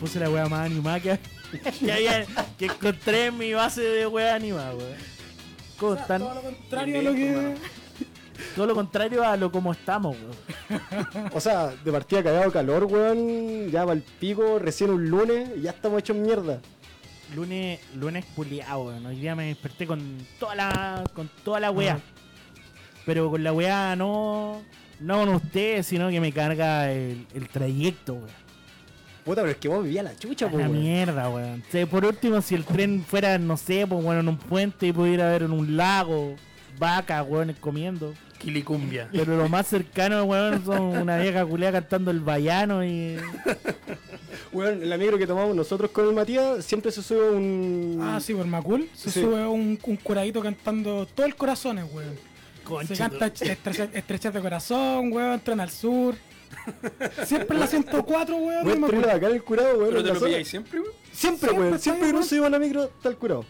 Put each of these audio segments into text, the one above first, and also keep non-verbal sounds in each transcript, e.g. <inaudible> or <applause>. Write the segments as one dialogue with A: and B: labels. A: puse la wea más animada que, <laughs> que había- que encontré en mi base de wea animada, weón. ¿Cómo están?
B: Todo lo contrario a lo que.
A: Todo lo contrario a lo como estamos, weón.
C: O sea, de partida cagado calor, weón. Ya va el pico, recién un lunes y ya estamos hechos mierda.
A: Lunes, lunes puliado, weón. Hoy día me desperté con toda la, con toda la wea. Ah. Pero con la wea no, no con ustedes, sino que me carga el, el trayecto, weón.
C: Puta, pero es que vos vivías la chucha,
A: A
C: po,
A: la
C: weón.
A: mierda, weón. O sea, por último, si el tren fuera, no sé, pues bueno, en un puente y pudiera haber en un lago, vacas, weón, comiendo.
D: Quilicumbia.
A: Pero lo más cercano, weón, son una vieja culea cantando el bayano y.
C: Weón, la micro que tomamos nosotros con el Matías siempre se sube un.
B: Ah, sí, por Macul. Se
C: Sí.
B: sube un, un curadito cantando todo el corazón, weón. Se canta estrecha- estrechas de corazón, weón, tren al sur. Siempre en la 104, weón. de
C: Weón,
B: Macul.
C: acá el curado, weón.
D: Pero
C: en
D: te
C: la
D: lo
C: zona.
D: pilláis siempre, weón.
C: Siempre,
B: pues. Siempre
C: weón.
B: está
C: Siempre que
B: ahí,
C: uno
B: weón.
C: se iba a la micro, está el curado.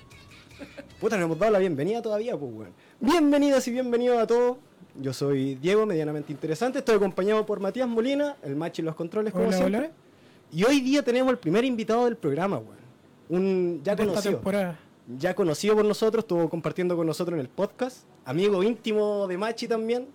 C: Puta, nos hemos dado la bienvenida todavía, pues, weón. Bienvenidas y bienvenidos a todos. Yo soy Diego, medianamente interesante. Estoy acompañado por Matías Molina, el macho y los controles, como
B: Hola,
C: siempre.
B: hola.
C: Y hoy día tenemos el primer invitado del programa, weón. Un ya
B: De esta
C: conocido.
B: temporada.
C: Ya conocido por nosotros, estuvo compartiendo con nosotros en el podcast. Amigo íntimo de Machi también.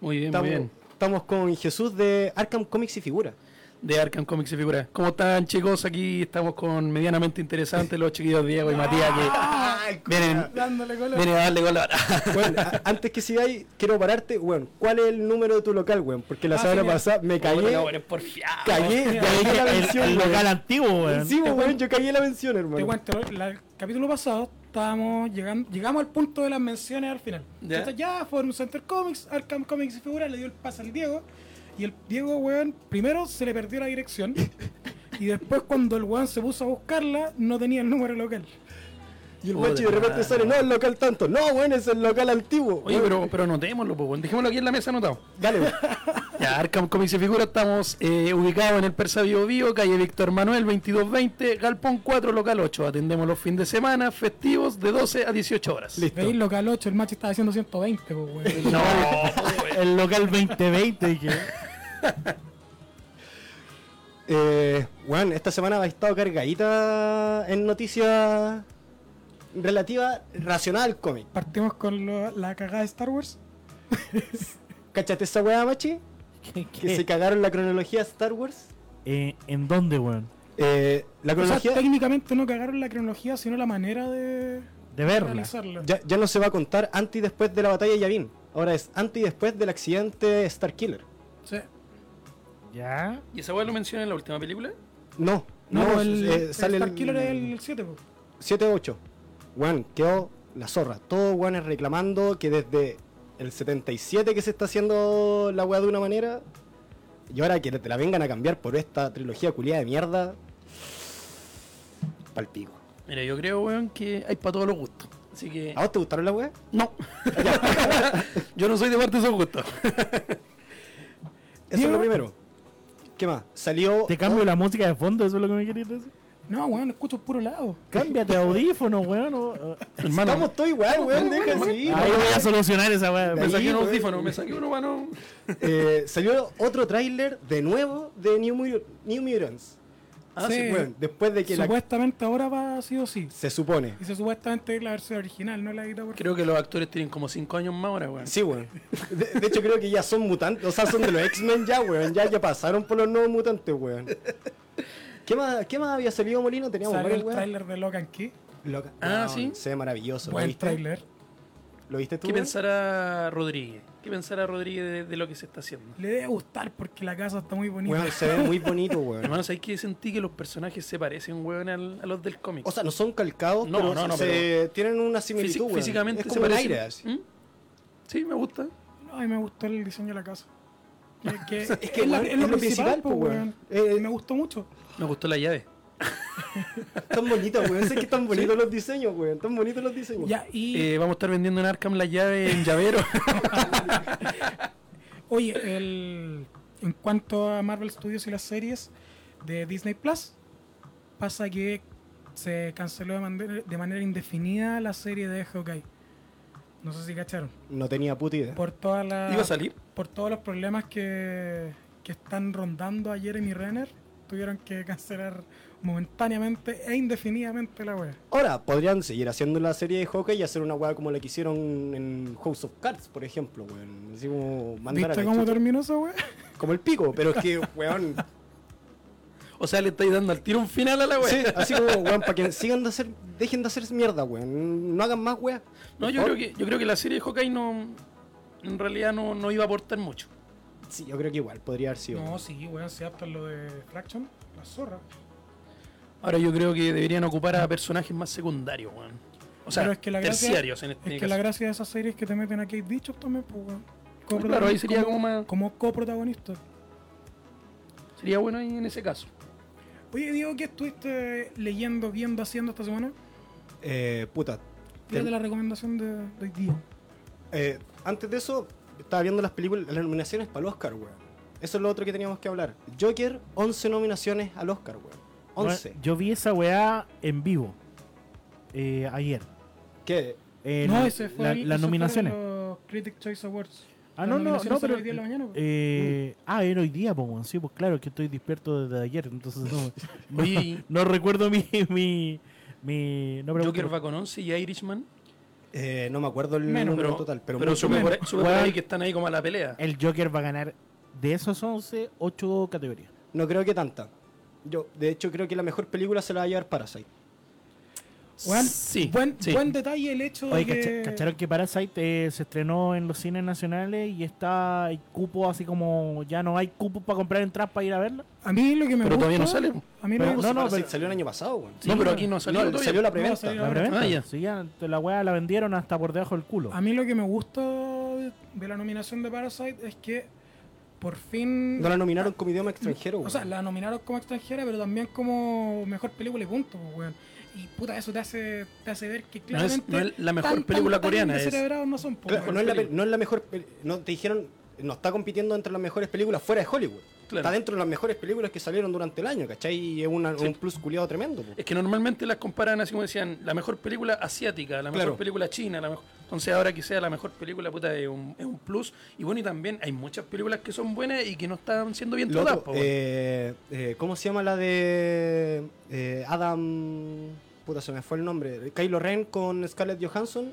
D: Muy bien,
C: estamos,
D: muy bien.
C: estamos con Jesús de Arkham Comics y Figuras.
D: De Arkham Comics y Figuras. ¿Cómo están, chicos? Aquí estamos con medianamente interesantes los chiquillos Diego y Matías
C: <laughs>
D: que vienen,
B: Dándole color.
D: vienen a darle color.
C: Bueno, a- antes que sigáis, quiero pararte, weón. ¿Cuál es el número de tu local, weón? Porque la
B: Ah,
C: semana
B: genial.
C: pasada me caí.
D: Bueno, bueno, es porfiado.
C: Cagué,
B: Mira,
C: cagué la
A: El,
C: mención,
A: el
C: weón.
A: local antiguo, weón.
C: Sí, weón, yo cagué la mención,
B: Te
C: hermano.
B: cuento, la- el capítulo pasado estábamos llegando, llegamos al punto de las menciones al final.
D: Ya.
B: Entonces, ya Forum Center Comics, Arkham Comics y figuras, le dio el pase al Diego. Y el Diego, weón, primero se le perdió la dirección. y después cuando el weón se puso a buscarla, no tenía el número local.
C: Y el
D: Puta
C: macho de repente
D: madre.
C: sale, no, el local tanto. No, weón, es el local antiguo.
D: Oye,
C: Weón,
D: pero, pero notémoslo, pues, weón. dejémoslo aquí en la mesa anotado.
C: Dale, weón.
D: Ya, Arkham Comics y Figuras, estamos eh, ubicados en el Persa Bio Bio, calle Víctor Manuel 2220, Galpón 4, local 8. Atendemos los fines de semana, festivos de 12 a 18 horas.
C: Listo.
B: Veis local 8, el macho estaba haciendo 120, pues,
C: <laughs>
B: weón.
D: No,
C: pues,
A: El local 2020, dije.
C: Eh, weón, esta semana ha estado cargadita en noticias relativas relacionadas al cómic.
B: Partimos con lo- la cagada de Star Wars.
C: ¿Cachate esa weá, machi?
A: ¿Qué-
C: Que
A: qué?
C: se cagaron la cronología de Star Wars.
A: Eh, ¿En dónde, weón?
C: Eh, la
B: O sea,
C: cronología
B: técnicamente no cagaron la cronología, sino la manera de
A: De verla.
B: realizarla.
C: ya, ya no se va a contar antes y después de la batalla de Yavin. Ahora es antes y después del accidente Starkiller.
B: Sí.
A: ¿Ya?
D: ¿Y esa weá lo menciona en la última película?
C: No,
B: No,
C: no,
B: el,
C: eh,
B: el
C: sale
B: Starkiller es
C: el
B: el 7, pues.
C: 7-8. Weón, quedó la zorra. Todo weón es reclamando que desde el 77 que se está haciendo la weá de una manera. Y ahora que te la vengan a cambiar por esta trilogía culiada de mierda. Palpico.
D: Mira, yo creo, weón, que hay para todos los gustos. Así que.
C: ¿A vos te
A: <laughs>
C: gustaron las weas?
D: No. yo no soy de parte de esos gustos.
C: Eso es
B: Diego.
C: lo primero. ¿Qué más? Salió.
A: Te cambio la música de fondo, eso es lo que me querías decir.
B: No, weón, escucho puro lado.
A: Cámbiate audífono, weón. o- o-
D: Hermano.
C: Estamos todos igual, weón, deja así.
A: Ahí voy a solucionar esa
D: Me
A: weón.
D: saqué un
C: weón.
D: audífono, me saqué uno, mano.
C: Eh, salió otro tráiler de nuevo de New, Mut- New Mutants.
B: Ah, sí.
C: weón, después de que la-
B: Supuestamente ahora va sí o sí.
C: Se supone.
B: Dice supuestamente es la versión original, no la editada por...
D: Creo que los actores tienen como 5 años más ahora, weón.
C: Sí, weón. De, de hecho, creo que ya son mutantes. O sea, son de los X-Men ya, weón. Ya, ya pasaron por los nuevos mutantes, weón. ¿Qué más, qué más había salido Molino? Teníamos
B: Salió
C: varios,
B: el
C: weón.
B: tráiler de Logan Key.
C: Loca-
D: Ah,
C: weón,
D: ¿sí?
C: Se ve maravilloso. ¿Lo
B: Buen
C: viste?
B: tráiler.
C: ¿Lo viste tú?
D: ¿Qué
C: weón?
D: pensará Rodríguez? ¿Qué pensará Rodríguez de, de lo que se está haciendo?
B: Le debe gustar porque la casa está muy bonita.
C: Weón, se ve
B: <laughs>
C: muy bonito, weón.
D: Hermano, ¿sabes que sentí que los personajes se parecen, weón, al- a los del cómic?
C: O sea, no son calcados,
D: No,
C: pero,
D: no, no,
C: se- tienen una
D: Físi-
C: similitud, weón.
D: físicamente
C: es
D: se
C: como un
D: parecen.
C: aire, así.
D: ¿Mm? Sí, me gusta.
B: No, a mí me gustó el diseño de la casa. Es
C: <laughs>
B: que es,
C: que,
B: la-
C: weón,
B: es lo principal, pues,
C: po,
B: weón.
C: weón. Eh,
B: me gustó mucho.
D: Me gustó la llave.
C: Tan bonito, weón. Sé que
D: <laughs>
C: están bonitos los diseños, weón. Tan bonitos los diseños.
B: Ya, y
D: Eh, vamos a estar vendiendo en Arkham la
C: <laughs>
D: llave en llavero.
B: oye, el, en cuanto a Marvel Studios y las series de Disney Plus, pasa que se canceló de, manera- de manera indefinida la serie de Hawkeye. No sé si cacharon.
C: No tenía puta idea.
B: Por todas
D: ¿Iba a
B: las
D: salir?
B: por todos los problemas que, que están rondando a Jeremy Renner tuvieron que cancelar momentáneamente e indefinidamente la wea.
C: Ahora, podrían seguir haciendo la serie de Hawkeye y hacer una weá como la que hicieron en House of Cards, por ejemplo, weón. Así como mandar a
B: ¿Viste
C: la
B: cómo
C: chucha.
B: terminó esa wea?
C: Como el pico, pero es que, <laughs> weón.
D: O sea, le estáis dando al tiro un final a la wea.
C: sí, así como, weón, para que sigan de hacer, dejen de hacer mierda, weón. No hagan más weá.
D: No, yo creo, que, yo creo que la serie de Hawkeye no. En realidad no, no iba a aportar mucho.
C: Sí, yo creo que igual, podría haber sido.
B: No, sí, weón, si hasta lo de Fraction, la zorra.
D: Ahora yo creo que deberían ocupar a personajes más secundarios, weón. O sea,
B: Pero es que la gracia-
D: terciarios en
B: Es
D: este
B: que
D: caso.
B: la gracia de esas series es que te meten a Kate Bishop también, pues, weón.
D: Pues claro, ahí sería como más-
B: como coprotagonista.
D: Sería bueno ahí en ese caso.
B: Oye, Diego, ¿qué estuviste leyendo, viendo, haciendo esta semana?
C: Eh, puta.
B: Tírate
C: Tem-
B: la recomendación de, de hoy día.
C: Eh, antes de eso, estaba viendo las películas, las nominaciones para el Oscar, weón. Eso es lo otro que teníamos que hablar. Joker, 11 nominaciones al Oscar, weón. 11.
A: Bueno, yo vi esa weá en vivo eh, ayer.
C: ¿Qué?
A: El-
B: no, ese fue
A: Eh, la-
B: el-
A: las
B: ese fue
A: nominaciones.
B: los Critic Choice Awards.
A: Ah,
B: Las
A: no, no,
B: nominaciones
A: no, pero.
B: salen hoy día en la mañana, pues.
A: eh, ah, era hoy día, pues, weón. sí, pues claro, que estoy despierto desde ayer, entonces
D: <laughs>
A: no, no,
D: Oye,
A: no recuerdo mi. mi, mi no pregunto.
D: Joker va con 11 y Irishman.
C: Eh, no me acuerdo el
B: Menos,
C: número
D: Pero,
C: total, pero,
D: pero,
C: mucho
D: sube, por
C: menos.
D: ahí, sube por
A: Weón.
D: ahí que están ahí como a la pelea.
B: Eh,
A: El Joker va a ganar de esos 11, 8 categorías.
C: No creo que tanta. Yo, de hecho, creo que la mejor película se la va a llevar Parasite.
B: Weón,
D: sí,
B: buen,
D: sí.
B: buen detalle el hecho
A: Oye,
B: de que...
A: cacha- ¿cacharon que Parasite eh, se estrenó en los cines nacionales y está hay cupo así como ya no hay cupo para comprar entradas para ir a verla?
B: A mí lo que me
D: Pero
B: gusta...
D: todavía no sale.
B: A
A: Pero
B: mí me
A: no,
C: no,
B: gusta...
A: no,
C: no, Parasite
A: pero-
C: salió el año pasado, weón.
D: no, pero aquí no salió
C: No,
D: todavía.
C: salió la
B: No,
C: preventa.
B: salió
A: La preventa.
D: Ah, ya. Ah,
A: Sí, ya te- la weá la vendieron hasta por debajo del culo.
B: A mí lo que me gusta de de la nominación de Parasite es que por fin...
C: No la nominaron como idioma extranjero,
B: O sea,
C: weón.
B: la nominaron como extranjera, pero también como mejor película y punto, pues, weón. Y puta, eso te hace, te hace ver que
D: No es-
B: claramente...
D: no es la mejor película coreana, es-
B: descerebrados no son, pues,
C: Claro,
B: weón.
C: no, es la, pe- no es la mejor. pe- No, te dijeron, no está compitiendo entre las mejores películas fuera de Hollywood.
D: Claro.
C: Está dentro de las mejores películas que salieron durante el año, ¿cachai? Y es una-
D: Sí.
C: un plus culiado tremendo. po.
D: Es que normalmente las comparan así como decían, la mejor película asiática, la mejor
C: Claro.
D: película china, la mejor... Entonces ahora que sea la mejor película, puta, es un, es un plus. Y bueno, y también hay muchas películas que son buenas y que no están siendo bien
C: Lo
D: tratadas.
C: otro,
D: po, weón.
C: eh, eh, ¿Cómo se llama la de eh, Adam? Puta, se me fue el nombre. Kylo Ren con Scarlett Johansson.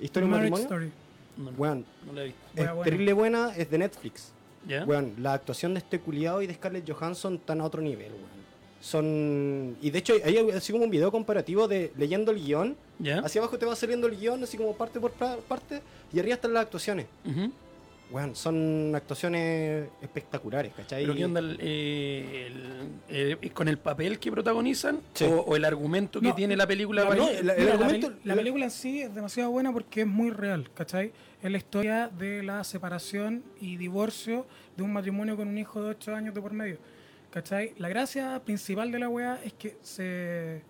C: Historia de un
B: Marriage
C: matrimonio.
B: Story.
D: no, no,
C: Weón,
D: no la he visto.
C: es
B: Wea buena.
C: terrible buena, es de Netflix.
D: ¿Ya?
C: Weón, la actuación de este culiado y de Scarlett Johansson están a otro nivel, weón. Son. Y de hecho, hay así como un video comparativo de leyendo el guión.
D: ¿Ya?
C: Hacia abajo te va saliendo el guión, así como parte por pra- parte. Y arriba están las actuaciones.
D: Ujú.
C: Weón, son actuaciones espectaculares, ¿cachai?
D: Pero ¿qué onda el- eh, el- eh, con el papel que protagonizan
C: Sí.
D: o, o el argumento que
B: No,
D: tiene la película?
C: no,
D: para-
C: el- el-
B: Mira, la
C: argumento-
B: peli- la,
C: la-
B: película en sí es demasiado buena porque es muy real, ¿cachai? Es la historia de la separación y divorcio de un matrimonio con un hijo de 8 años de por medio, ¿cachai? La gracia principal de la weá es que se,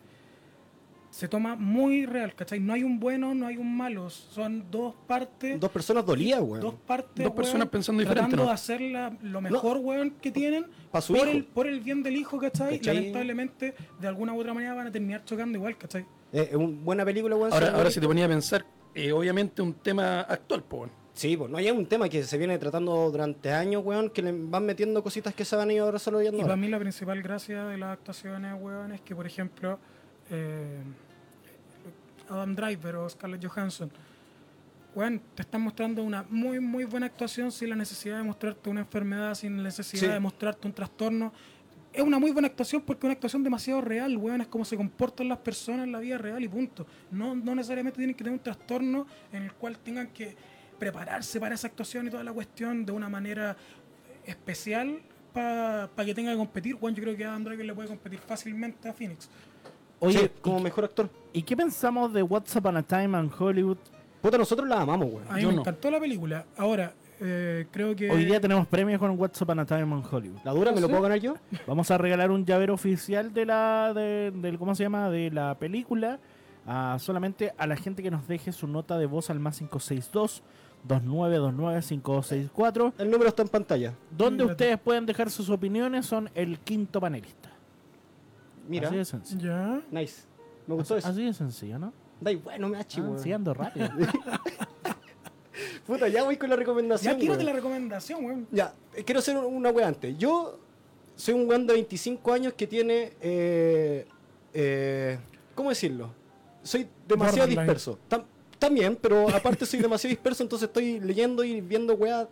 B: se toma muy real, ¿cachai? No hay un bueno, no hay un malo, son dos partes...
C: Dos personas dolía, weón.
B: dos partes,
D: Dos personas
B: weón,
D: pensando diferente,
B: tratando
D: ¿no?
B: de hacer la- lo mejor, weón, que tienen
C: Pa' su
B: por,
C: hijo.
B: El, por el bien del hijo, ¿cachai?
C: ¿Cachai?
B: Lamentablemente, de alguna u otra manera van a terminar chocando igual, ¿cachai?
C: Eh, es una buena película, weón.
D: Ahora,
C: son
D: ahora
C: bonitas.
D: si te ponía a pensar, eh, obviamente un tema actual, po, weón.
C: Sí, pues no hay un tema que se viene tratando durante años, weón, que le van metiendo cositas que se van a ir resolviendo.
B: Y para
C: ahora.
B: mí la principal gracia de las actuaciones, weón, es que, por ejemplo, eh, Adam Driver o Scarlett Johansson, weón, te están mostrando una muy, muy buena actuación sin la necesidad de mostrarte una enfermedad, sin la necesidad
C: Sí.
B: de mostrarte un trastorno. Es una muy buena actuación porque es una actuación demasiado real, weón, es como se comportan las personas en la vida real y punto. No, no necesariamente tienen que tener un trastorno en el cual tengan que prepararse para esa actuación y toda la cuestión de una manera especial para que tenga que competir. Juan, yo creo que a Adam Driver le puede competir fácilmente a Phoenix.
A: Oye,
C: Sí, como mejor actor.
A: ¿y qué pensamos de What's Up on a Time and Hollywood?
C: Puta, nosotros la amamos, weón.
B: A mí
D: Yo
B: me
D: no.
B: encantó la película. Ahora, eh, creo que.
A: Hoy día tenemos premios con What's Up on a Time and Hollywood.
C: La dura me lo puedo ganar yo.
A: Vamos a regalar un llavero oficial de la de- del cómo se llama de la película a solamente a la gente que nos deje su nota de voz al más 562 2929
C: El número está en pantalla.
A: donde
B: Mírate.
A: ustedes pueden dejar sus opiniones son el quinto panelista.
C: Mira.
A: Así de sencillo.
B: Ya.
C: Nice. Me gustó
A: así,
C: eso.
A: así de sencillo, ¿no?
C: Da igual, no me hachi,
A: Ah,
C: weón.
A: sí, ando
C: <laughs>
A: rápido.
C: Puta, ya voy con la recomendación.
B: Ya tírate
C: weón.
B: la recomendación, weón.
C: Ya, eh, quiero hacer una weá antes. Yo soy un weón de 25 años que tiene. eh, eh, ¿Cómo decirlo? Soy demasiado
B: Borderline.
C: disperso. Tam- también, pero aparte soy demasiado disperso, entonces estoy leyendo y viendo weas.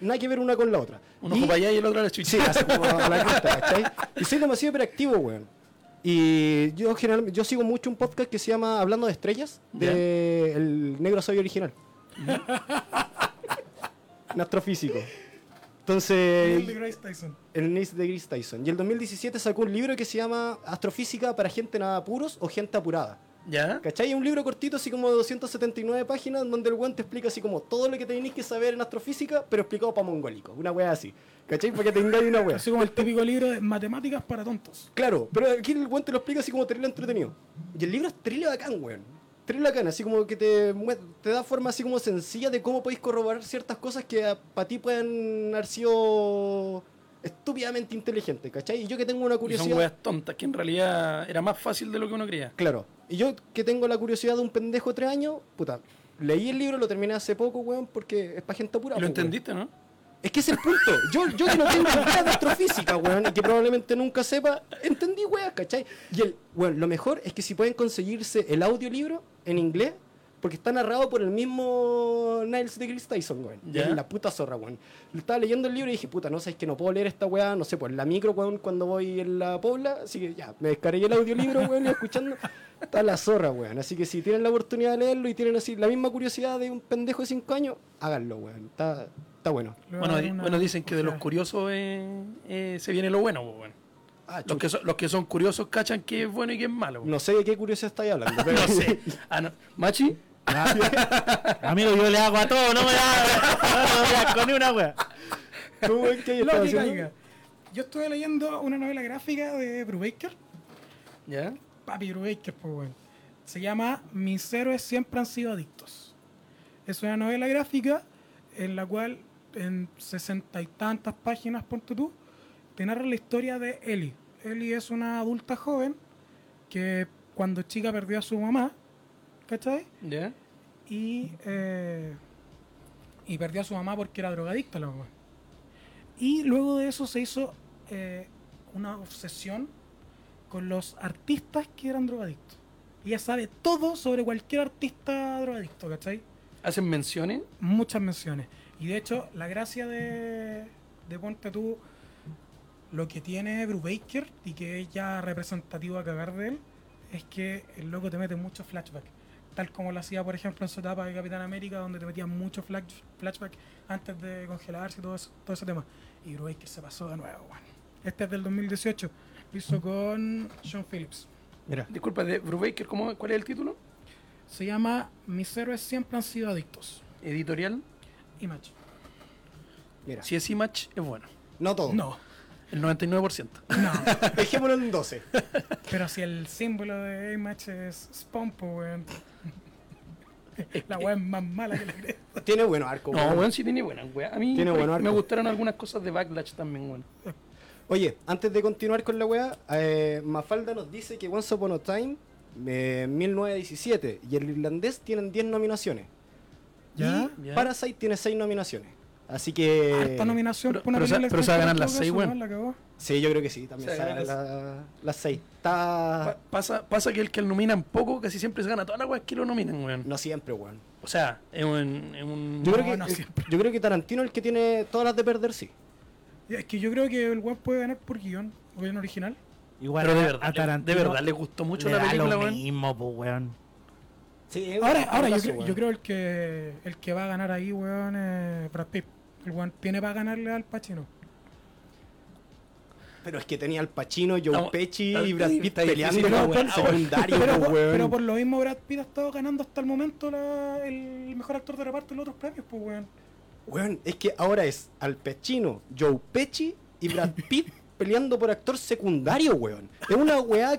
C: Nada que ver una con la otra.
D: Uno
C: Y-
D: ocupa allá y el otro a la chucha.
C: Sí, así como a la cresta, ¿cachai? Y soy demasiado hiperactivo, weón. Y yo generalmente, yo sigo mucho un podcast que se llama Hablando de Estrellas, de el negro sabio original. un astrofísico.
B: Neil
C: Entonces,
B: deGrasse Tyson.
C: el Neil de Chris Tyson. Y el 2017 sacó un libro que se llama Astrofísica para gente en apuros o gente apurada.
D: <laughs> ¿Ya?
C: ¿Cachai? Un libro cortito, así como de 279 páginas, donde el weón te explica así como todo lo que tenéis que saber en astrofísica, pero explicado para mongólico. Una wea así. ¿Cachai? Para que tengáis una wea.
B: Así como el típico libro de matemáticas para tontos.
C: Claro, pero aquí el weón te lo explica así como trilo entretenido. Y el libro es trilo bacán, weón. Trilo bacán, así como que te, mue- te da forma así como sencilla de cómo podéis corroborar ciertas cosas que para ti pueden haber sido estúpidamente inteligentes, ¿cachai? Y yo que tengo una
D: Y son
C: curiosidad...
D: weas tontas que en realidad era más fácil de lo que uno creía.
C: Claro. Y yo que tengo la curiosidad de un pendejo de tres años, puta, leí el libro, lo terminé hace poco, weón, porque es para gente apurada.
D: Y lo
C: po, weón.
D: entendiste, ¿no?
C: Es que es el punto. Yo, yo que no tengo idea de astrofísica, weón, y que probablemente nunca sepa, entendí, weón, ¿cachai? Y el, weón, lo mejor es que si pueden conseguirse el audiolibro en inglés, porque está narrado por el mismo Niles de Chris Tyson, weón. Y
D: Ya.
C: es la puta zorra, weón. Lo Estaba leyendo el libro y dije, puta, no sé, es que no puedo leer esta weá, no sé, pues en la micro, weón, cuando voy en la pobla, así que ya, me descargué el audiolibro, weón, y escuchando. Está la zorra, weón. Así que si tienen la oportunidad de leerlo y tienen así la misma curiosidad de un pendejo de 5 años, háganlo, weón. Está, está bueno.
B: Le voy a
D: Bueno,
B: dar
D: di-
B: una-
D: bueno, dicen que de los
B: una-
D: curiosos eh, eh, se viene lo bueno, pues, bueno.
C: Ah,
D: Los, que son, los que son curiosos cachan que es bueno y que es malo. pues.
C: No sé de qué curioso estáis hablando, pero
D: <laughs>
C: <laughs>
D: No sé. Ah, no. Machi,
A: Amigo, yo le hago a todo, no me da, no me da con ni una wea.
C: tú weón, que
B: Lo
C: estabas
B: que
C: haciendo?
B: caiga. Yo estuve leyendo una novela gráfica de Brubaker.
D: ¿ya?
B: Papi Brubaker, pues bueno. Se llama Mis héroes siempre han sido adictos. Es una novela gráfica en la cual en sesenta y tantas páginas, ponte tú, te narra la historia de Ellie. Ellie es una adulta joven que cuando chica perdió a su mamá, ¿cachai?
D: ¿Ya?
B: y, eh, y perdió a su mamá porque era drogadicta la mamá. Y luego de eso se hizo eh, una obsesión con los artistas que eran drogadictos. Ella sabe todo sobre cualquier artista drogadicto, ¿cachai?
D: ¿Hacen menciones?
B: muchas menciones. Y de hecho, la gracia de, de Ponte tú, lo que tiene Brubaker y que es ya representativo a cagar de él, es que el loco te mete muchos flashbacks. Tal como lo hacía, por ejemplo, en su etapa de Capitán América, donde te metían muchos flash- flashbacks antes de congelarse y todo, eso- todo ese tema. Y Brubaker se pasó de nuevo, bueno. Este es del 2018. Lo hizo con Sean Phillips.
C: Mira,
D: Disculpa, de Brubaker, ¿cómo, ¿cuál es el título?
B: Se llama Mis héroes siempre han sido adictos.
D: Editorial.
B: Image.
C: mira.
D: Si es Image, es bueno.
C: No todo.
B: No,
D: El 99%.
A: <laughs>
B: no.
C: <laughs> Dejémoslo en 12.
B: Pero si el símbolo de Image es Spawn,
D: <laughs>
B: pues, weón. La weá es más mala que la cresta.
C: Tiene bueno arco.
D: No,
C: weón.
D: weón, sí tiene buenas, weón. A mí
C: Tiene buen arco.
D: me gustaron algunas cosas de Backlash también, weón.
C: Oye, antes de continuar con la weá, eh, Mafalda nos dice que Once Upon a Time, eh, 1917, y el irlandés tienen 10 nominaciones.
B: ¿Ya?
C: Y
D: Ya.
C: Parasite tiene 6 nominaciones. Así que.
B: Esta nominación
D: Eh, pero-
B: por una
D: pero se-
B: película
D: pero se va a
B: extranjera,
D: ganar
B: en
D: las
B: todo
D: seis,
B: caso,
D: weón.
B: no, la cagó.
C: Sí, yo creo que sí, también
D: Se
C: sale
D: ganan
C: la- las 6. Está.
A: Ah.
D: Pa- pasa, pasa que el que lo nominan poco casi siempre se gana todas las weas que lo nominan, weón.
C: No siempre, weón.
D: O sea, es un. es un-
C: Yo,
B: No,
C: creo que,
B: no
C: el-
B: siempre.
C: yo creo que Tarantino es el que tiene todas las de perder, sí.
B: Ya, Es que yo creo que el weón puede ganar por guión, o guión original.
A: Igual
D: Pero de
A: a-
D: verdad,
A: a
D: le- de
A: Tarantino
D: verdad, les gustó mucho
A: le
D: la
A: da
D: película,
A: lo
D: weón.
A: mismo, pues, weón.
C: Sí, es
B: Ahora,
C: un
B: ahora yo,
C: caso,
B: creo- yo
C: weón.
B: creo el que el que va a ganar ahí, weón, es Brad Pitt. El weón tiene para ganarle al Pacino.
C: Pero es que tenía al Pacino, Joe
D: Estamos-
C: Pesci
D: está-
C: y Brad Pitt
D: está
C: peleando
D: difícil,
C: con
D: weón.
C: el secundario,
B: Pero,
C: pues,
B: por-
C: weón.
B: pero por lo mismo Brad Pitt ha estado ganando hasta el momento la- el mejor actor de reparto en los otros premios, pues weón.
C: Weón, es que ahora es al Pacino, Joe Pesci y Brad Pitt peleando por actor secundario, weón. Es una weá...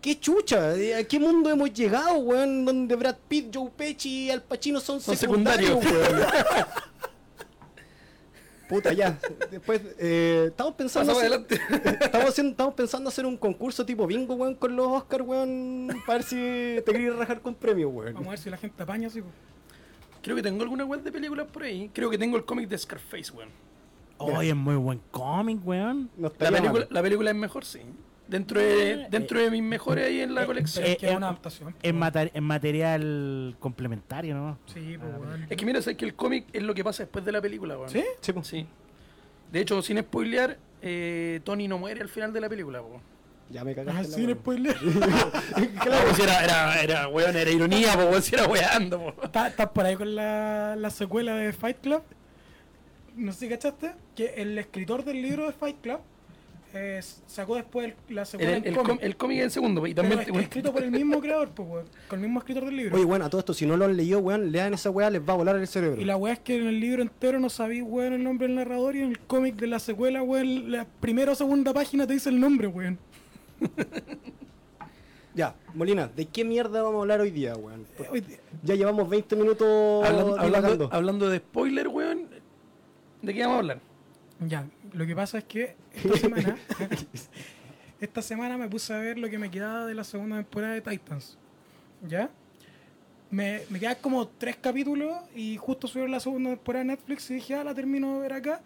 C: ¡Qué chucha! eh, ¿A qué mundo hemos llegado, weón? Donde Brad Pitt, Joe Pesci y Al Pacino son,
D: Son
C: secundarios, weón. <laughs> Puta, ya. Después, eh, estamos pensando...
D: Pasamos
C: hacer-
D: adelante.
C: Estamos, haciendo- estamos pensando hacer un concurso tipo bingo, weón, con los Oscar, weón. Para ver si te querías rajar con premios,
B: Vamos a
C: weón.
B: ver si la gente apaña así, pues.
D: Creo que tengo alguna web de películas por ahí. Creo que tengo el cómic de Scarface, weón.
A: Oh, es muy buen cómic, weón.
C: No
D: La
C: estaría
D: película,
C: mal.
D: la película es mejor, sí. Dentro de, dentro de mis mejores ahí en la colección.
B: Pero es que
A: eh,
B: es una
A: eh,
B: adaptación. pues. po.
D: Mm.
A: En, mata- en material complementario, ¿no?
B: Sí, pues, weón.
D: Es que mira, sabes que el cómic es lo que pasa después de la película, weón.
B: ¿Sí?
C: Sí, po.
D: Sí. De hecho, sin spoilear, eh, Tony no muere al final de la película, po.
C: Ya me cagaste.
B: Ah,
C: la
B: sí,
C: weá. <laughs>
B: spoiler. <laughs>
D: Claro, pues era, era, era, weón, era ironía, po, weón, si era weando, po.
B: ¿Estás estás por ahí con la, la secuela de Fight Club? No sé si cachaste que el escritor del libro de Fight Club eh, sacó después el- la
D: El,
B: secuela
D: el
B: del
D: com-
B: cómic.
D: el cómic es en segundo, po, y
B: Pero
D: también...
B: es que escrito por el mismo creador, pues, weón, con el mismo escritor del libro.
C: Oye, bueno, a todo esto, si no lo han leído, weón, lean esa weá, les va a volar el cerebro.
B: Y la weá es que en el libro entero no sabí, weón, el nombre del narrador y en el cómic de la secuela, weón, la primera o segunda página te dice el nombre, weón.
C: Ya, Molina, ¿de qué mierda vamos a hablar hoy día, weón? Por-
B: Oye, te-
C: Ya llevamos 20 minutos
D: <laughs> Hablando, hablando,
C: divagando.
D: hablando de spoiler, weón, ¿de qué vamos a hablar?
B: Ya, lo que pasa
C: <laughs>
B: es que esta semana, esta semana me puse a ver lo que me quedaba de la segunda temporada de Titans. ¿Ya? Me, me quedan como tres capítulos y justo subieron la segunda temporada de Netflix y dije, ah, la termino de ver acá.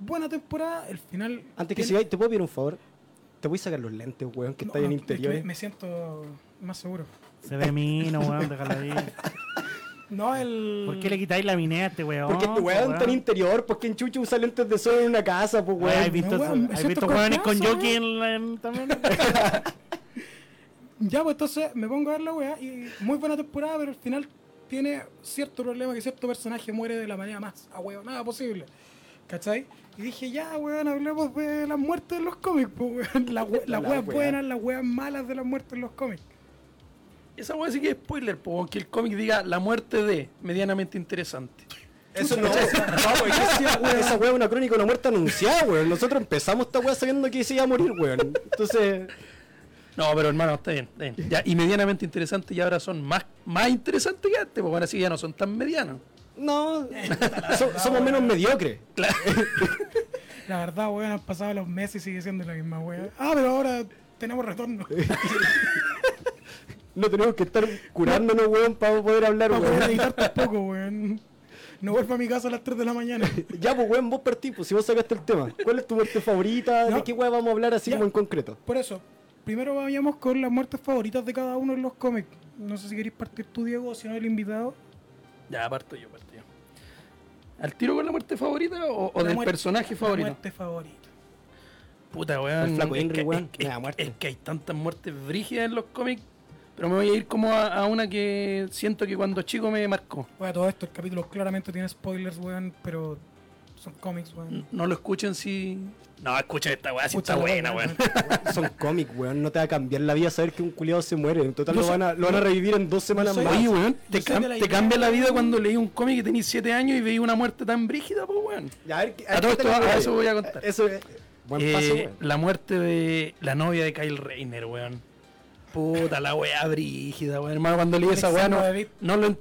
B: Buena temporada, el final.
C: Antes que
B: tiene-
C: sigáis, ¿te puedo pedir un favor? Te voy a sacar los lentes, weón, que
B: No,
C: está en
B: no, es que
C: interiores.
B: me- me siento más seguro.
A: Se ve mino, weón, déjala ahí.
D: <laughs>
B: No, el.
A: ¿Por qué le quitáis la minea a este weón?
C: Porque este weón está en interior, porque en Chucho usa lentes de sol en una casa, pues
A: Ay, ¿Has
C: weón.
A: visto,
B: No, weón, me
A: ¿has
B: siento
A: visto weones con
B: confianza,
A: Yoki en, la- en-
D: <laughs>
A: también?
B: Ya, pues entonces me pongo a ver la weá y muy buena temporada, pero al final tiene cierto problema que cierto personaje muere de la manera más nada posible. ¿Cachai? Y dije, ya, weón, hablemos de las muertes en los cómics, pues, weón. La we- Las
C: La
B: weas
C: weá.
B: buenas, las weas malas de las muertes en los cómics.
D: Esa weón sí que es spoiler, po, que el cómic diga la muerte de, medianamente interesante.
C: Eso no es. Esa "Ah, weón es una crónica de una muerte anunciada, weón. Nosotros empezamos esta weá sabiendo que se iba a morir, weón. Entonces,
D: No, pero hermano, está bien, está bien. Ya, y medianamente interesante y ahora son más, más interesantes que antes, porque ahora sí ya no son tan medianos.
C: no. so- somos menos mediocres.
B: La verdad, weón, han pasado los meses y sigue siendo la misma weá. Ah, pero ahora tenemos retorno. <laughs>
C: No tenemos que estar curándonos, weón, para poder hablar,
B: Para poder
C: weón.
B: editar tampoco, weón. No vuelvo a mi casa a las 3 de la
C: <laughs>
B: mañana.
C: Ya, pues, weón, vos partís, pues, si vos sacaste el tema. ¿Cuál es tu muerte favorita? ¿De
B: No.
C: qué weón vamos a hablar así
B: Ya.
C: como en concreto?
B: Por eso, primero vayamos con las muertes favoritas de cada uno en los cómics. No sé si queréis partir tú, Diego, o si no, el invitado.
D: Ya, parto yo, parto yo. ¿Al tiro con la muerte favorita o, o
B: La
D: del
B: muerte-
D: personaje
B: la
D: favorito?
B: muerte favorita.
D: Puta, weón.
C: El flaco
D: es
C: Henry,
D: que-
C: weón,
D: Es,
C: me da
D: es-
C: muerte.
D: es que hay tantas muertes brígidas en los cómics, pero me voy a ir como a, a una que siento que cuando chico me marcó.
B: Bueno, todo esto, el capítulo claramente tiene spoilers, weón, pero son cómics,
D: N-
B: weón.
D: No lo escuchen si... No, escuchen esta weá, si Mm. está
B: Escúchala,
D: buena, weón.
C: Son cómics, weón. No te va a cambiar la vida saber que un culiado se muere. En total
B: Yo
C: lo
B: soy-
C: van, a, lo van a revivir en dos semanas
B: soy-
C: más.
D: Oye, weón, te,
B: Yo soy
D: cam-
B: de la
D: te
B: idea-
D: cambia la vida cuando leí un cómic que tenías 7 años y veí una muerte tan brígida, pues, weón.
C: Ya, a ver,
D: A
C: ver,
D: todo esto,
C: ¿qué te-
D: a eso voy a contar.
C: Eso es. Buen
D: Eh,
C: paso, weón.
D: la muerte de la novia de Kyle Rayner, weón. Puta, la weá brígida, weón. Hermano, cuando leí esa weá no,
B: Alexandra David.
D: no, lo,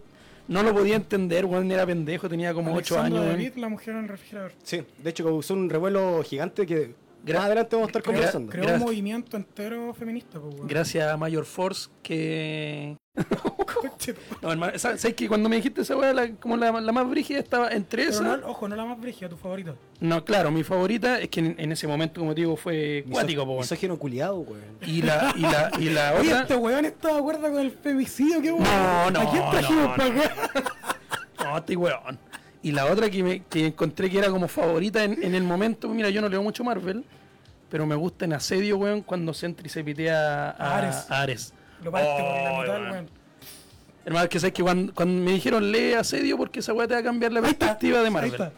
D: no lo podía entender, weón. Era pendejo, tenía como 8
B: Alexandra
D: años,
B: David,
D: weón.
B: la mujer en el refrigerador.
C: Sí, de hecho causó un revuelo gigante que
D: Gra-
C: más adelante vamos a estar
D: Gra-
C: conversando.
B: Creó
D: Gracias.
B: un movimiento entero feminista, pues, weón.
D: Gracias a Major Force que...
B: Coche,
D: No, hermano, esa- ¿sabes que Cuando me dijiste esa weá, la- como la, la más brígida estaba entre
B: Pero
D: esa...
B: no, ojo, no la más brígida, tu favorita.
D: No, claro, mi favorita es que en, en ese momento, como te digo, fue
C: Miso-
D: cuático, po, weón.
C: Misógino culiado, weón.
D: Y la, y la, y la
B: <laughs> Oye,
D: otra.
B: este weón está de acuerdo con el femicidio, qué weón.
D: No, no,
B: ¿A quién trajimos
D: no,
B: para acá?
D: No, estoy weón. Y la otra que, me, que encontré que era como favorita en, en el momento, mira, yo no leo mucho Marvel, pero me gusta en asedio, weón, cuando Sentry se pitea a, a
B: Ares.
D: Ares.
B: Lo parte
D: Oh,
B: por la mitad,
D: weón.
B: weón.
D: Hermano, es que sabes que cuando, cuando me dijeron lee asedio porque esa weá te va a cambiar la perspectiva de
B: Ah, Ahí
D: Marvel.
B: está.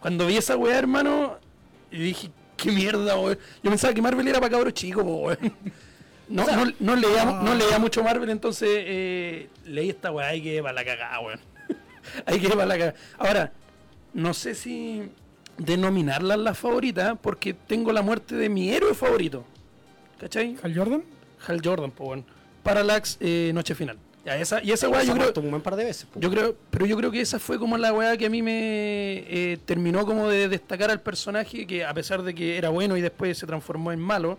D: Cuando vi esa weá, hermano, y dije, qué mierda, weón. Yo pensaba que Marvel era para cabros chicos, po, weón. No, no, no, leía, no leía mucho Marvel, entonces eh, leí esta weá y que para la cagada, weón. <laughs> Hay que para la cagada. Ahora, no sé si denominarla la favorita, porque tengo la muerte de mi héroe favorito. ¿Cachai?
B: ¿Hal Jordan?
D: Hal Jordan, po, weón. Parallax, eh, Noche Final. Ya, esa, y esa weá yo
C: Se ha
D: creo...
C: muerto un buen par de veces, po.
D: Yo creo, pero yo creo que esa fue como la weá que a mí me eh, terminó como de destacar al personaje, que a pesar de que era bueno y después se transformó en malo,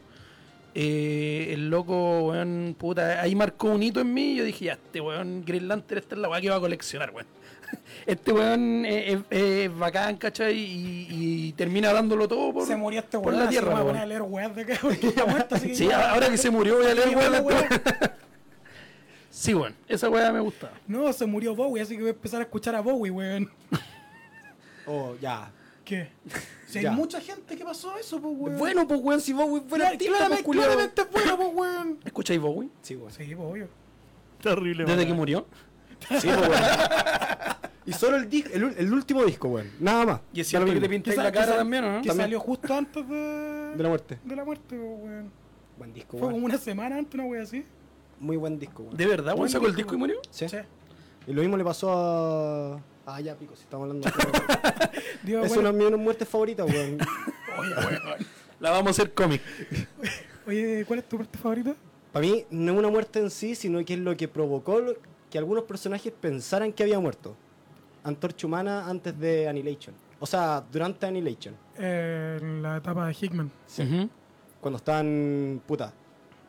D: eh, el loco, weón, puta, ahí marcó un hito en mí. Yo dije, ya, este weón, Green Lantern, esta es la weá que va a coleccionar, weón. <laughs> Este weón es, es- es bacán, ¿cachai? Y, y termina dándolo todo por,
B: Se murió este
D: por
B: weón.
D: la
B: así que
D: tierra,
B: me voy a
D: weón.
B: poner a leer weas de acá, porque está muerto, así que <laughs>
D: Sí,
B: ya-
D: ahora que se murió voy a leer
B: Sí,
D: weón.
B: bueno, weón.
D: <laughs> Sí, weón. Esa weá me gustaba.
B: No, se murió Bowie, así que voy a empezar a escuchar a Bowie, weón.
C: Oh, ya.
B: ¿Qué? Si hay
C: Ya.
B: mucha gente que pasó eso, pues, weón.
C: Bueno, pues, weón, si vos, weón, fuera
B: Clar-
C: artista, pues,
B: claramente,
C: culiao.
B: claramente es bueno, pues,
D: <laughs>
B: weón.
D: ¿Escucháis Bowie?
C: Sí, weón.
B: Sí, pues, obvio.
A: Terrible.
D: Desde
A: weón.
D: que murió.
C: Sí, pues, weón. Y solo el, dis- el, ul- el último disco, weón. Nada más.
D: <laughs> Y es
C: Da lo
D: cierto que te
C: mismo.
D: pintáis la
B: Quizá-
D: cara
B: quizá-
D: también, ¿no?
B: Que
C: También.
B: salió justo antes de,
C: De la muerte.
B: de la muerte, pues, weón.
C: Buen disco,
B: Fue
C: weón.
B: como una semana antes, una wea así.
C: Muy buen disco, weón.
D: ¿De verdad, weón? ¿Sacó el disco y murió?
C: Sí.
B: Sí.
C: Y lo mismo le pasó a. Ah, ya, pico, si estamos
D: <laughs>
C: hablando. de-
B: Digo,
C: es
B: bueno,
C: una de mis muertes favoritas, weón.
D: Oye, weón. La vamos a hacer cómic.
B: Oye, ¿cuál es tu parte favorita?
C: Para mí, no es una muerte en sí, sino que es lo que provocó lo- que algunos personajes pensaran que había muerto. Antorcha Humana antes de Annihilation. O sea, durante Annihilation.
B: Eh, la etapa de Hickman.
D: Ujú.
C: Cuando estaban. puta.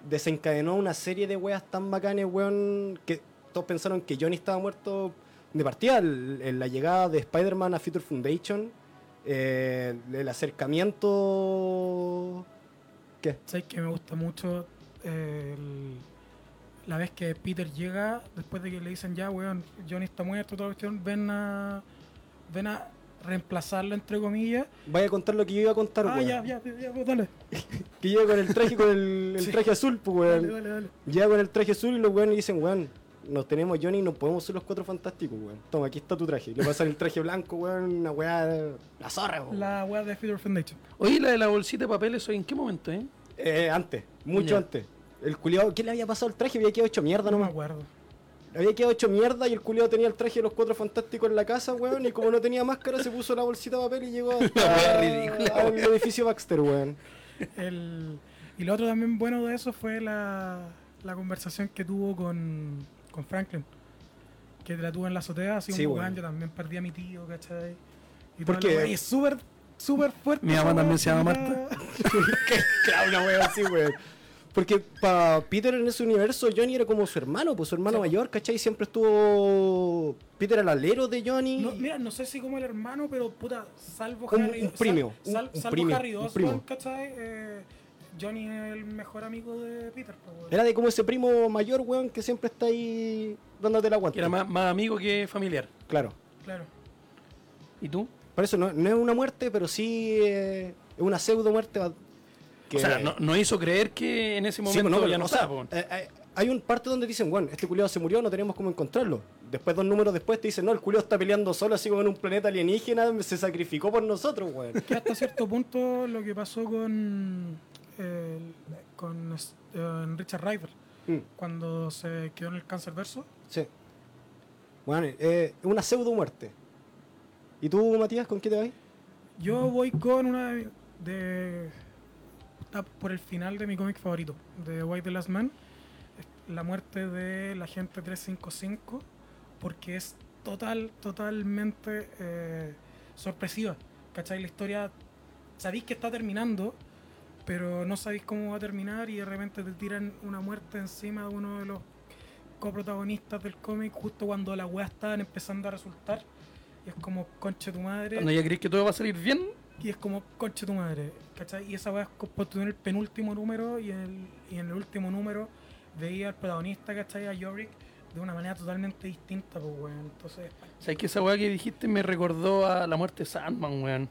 C: Desencadenó una serie de weas tan bacanes, weón. Que todos pensaron que Johnny estaba muerto. De partida, el- el- la llegada de Spider-Man a Future Foundation. eh, el acercamiento. ¿Qué?
B: ¿Sabes que me gusta mucho eh, el- la vez que Peter llega, después de que le dicen ya, weón, Johnny está muerto, toda la cuestión, ven a, ven a reemplazarlo, entre comillas.
C: Vaya a contar lo que yo iba a contar,
B: ah,
C: weón.
B: ya, ya, ya, pues, dale,
C: Que llega con el traje, con el, el
B: <laughs> Sí.
C: traje azul, pues,
B: dale,
C: weón.
B: dale, dale.
C: Llega con el traje azul y los weones le dicen, weón, nos tenemos Johnny y nos podemos ser los cuatro fantásticos, weón. Toma, aquí está tu traje. Le pasan el traje blanco, weón, una weá. La zorra, weón.
B: La weá de Peter Foundation.
D: Oye, la de la bolsita de papel, ¿eso en qué momento, eh?
C: Eh, antes, mucho
D: Ya.
C: antes. El culiado, ¿qué le había pasado al traje? Había quedado hecho mierda
B: No me
C: nomás.
B: acuerdo.
C: Le había quedado hecho mierda y el culiado tenía el traje de los cuatro fantásticos en la casa, weón. Y como no tenía máscara, se puso la bolsita de papel y llegó hasta al edificio Baxter, weón.
B: El- y lo otro también bueno de eso fue la, la conversación que tuvo con, con Franklin. Que la tuvo en la azotea, así
C: Sí,
B: como,
C: weón.
B: weón, yo también perdí a mi tío, ¿cachai? Y
C: ¿Por
B: toda
C: qué?
B: la weá, y es súper, súper fuerte.
D: Mi
B: esa
D: mamá
B: weá,
D: también se llama
B: puta.
D: Marta.
C: <laughs> Claro, una weá así, weón. Porque para Peter en ese universo, Johnny era como su hermano, pues su hermano
B: Sí.
C: mayor, ¿cachai? Siempre estuvo. Peter al alero de Johnny.
B: No, mira, no sé si como el hermano, pero puta, salvo
C: Un-
B: Harry
C: un primo,
B: sal- sal-
C: un- un
B: salvo
C: primo,
B: Harry
C: un
B: Osborn,
C: primo.
B: ¿cachai? Eh, Johnny es el mejor amigo de Peter. po, weón.
C: Era de como ese primo mayor, weón, que siempre está ahí dándote la
D: Que
C: guanta.
D: era más, más amigo que familiar.
C: Claro.
B: Claro.
D: ¿Y tú?
C: Por eso no, no es una muerte, pero sí eh, es una pseudo muerte.
D: O sea, no, no hizo creer que en ese
C: Sí,
D: momento
C: pues, no, pero,
D: ya no
C: o sea,
D: estaba, po.
C: eh, eh, hay un parte donde dicen, bueno, este culiado se murió, no tenemos cómo encontrarlo. Después, dos números después, te dicen, no, el culiado está peleando solo, así como en un planeta alienígena, se sacrificó por nosotros, weón.
B: Que hasta cierto punto lo que pasó con, eh, con eh, Richard Ryder
C: Mm,
B: cuando se quedó en el cáncer verso.
C: sí. Bueno, eh, es una pseudo muerte. ¿Y tú, Matías, con qué te vas?
B: Yo voy con una de, de- está por el final de mi cómic favorito, de White the Last Man, la muerte de la gente 355, porque es total, totalmente eh, sorpresiva. ¿Cachai? La historia, sabéis que está terminando, pero no sabéis cómo va a terminar y de repente te tiran una muerte encima de uno de los coprotagonistas del cómic justo cuando las weas estaban empezando a resultar. Y es como, conche tu madre.
D: Cuando ya crees que todo va a salir bien,
B: Y es como, conche tu madre, ¿cachai? Y esa weá es co- por tener el penúltimo número y en el, y en el último número veía al protagonista, ¿cachai? A Yorick de una manera totalmente distinta, pues weón. Entonces,
D: ¿Sabes que esa weá que dijiste me recordó a la muerte de Sandman, weón?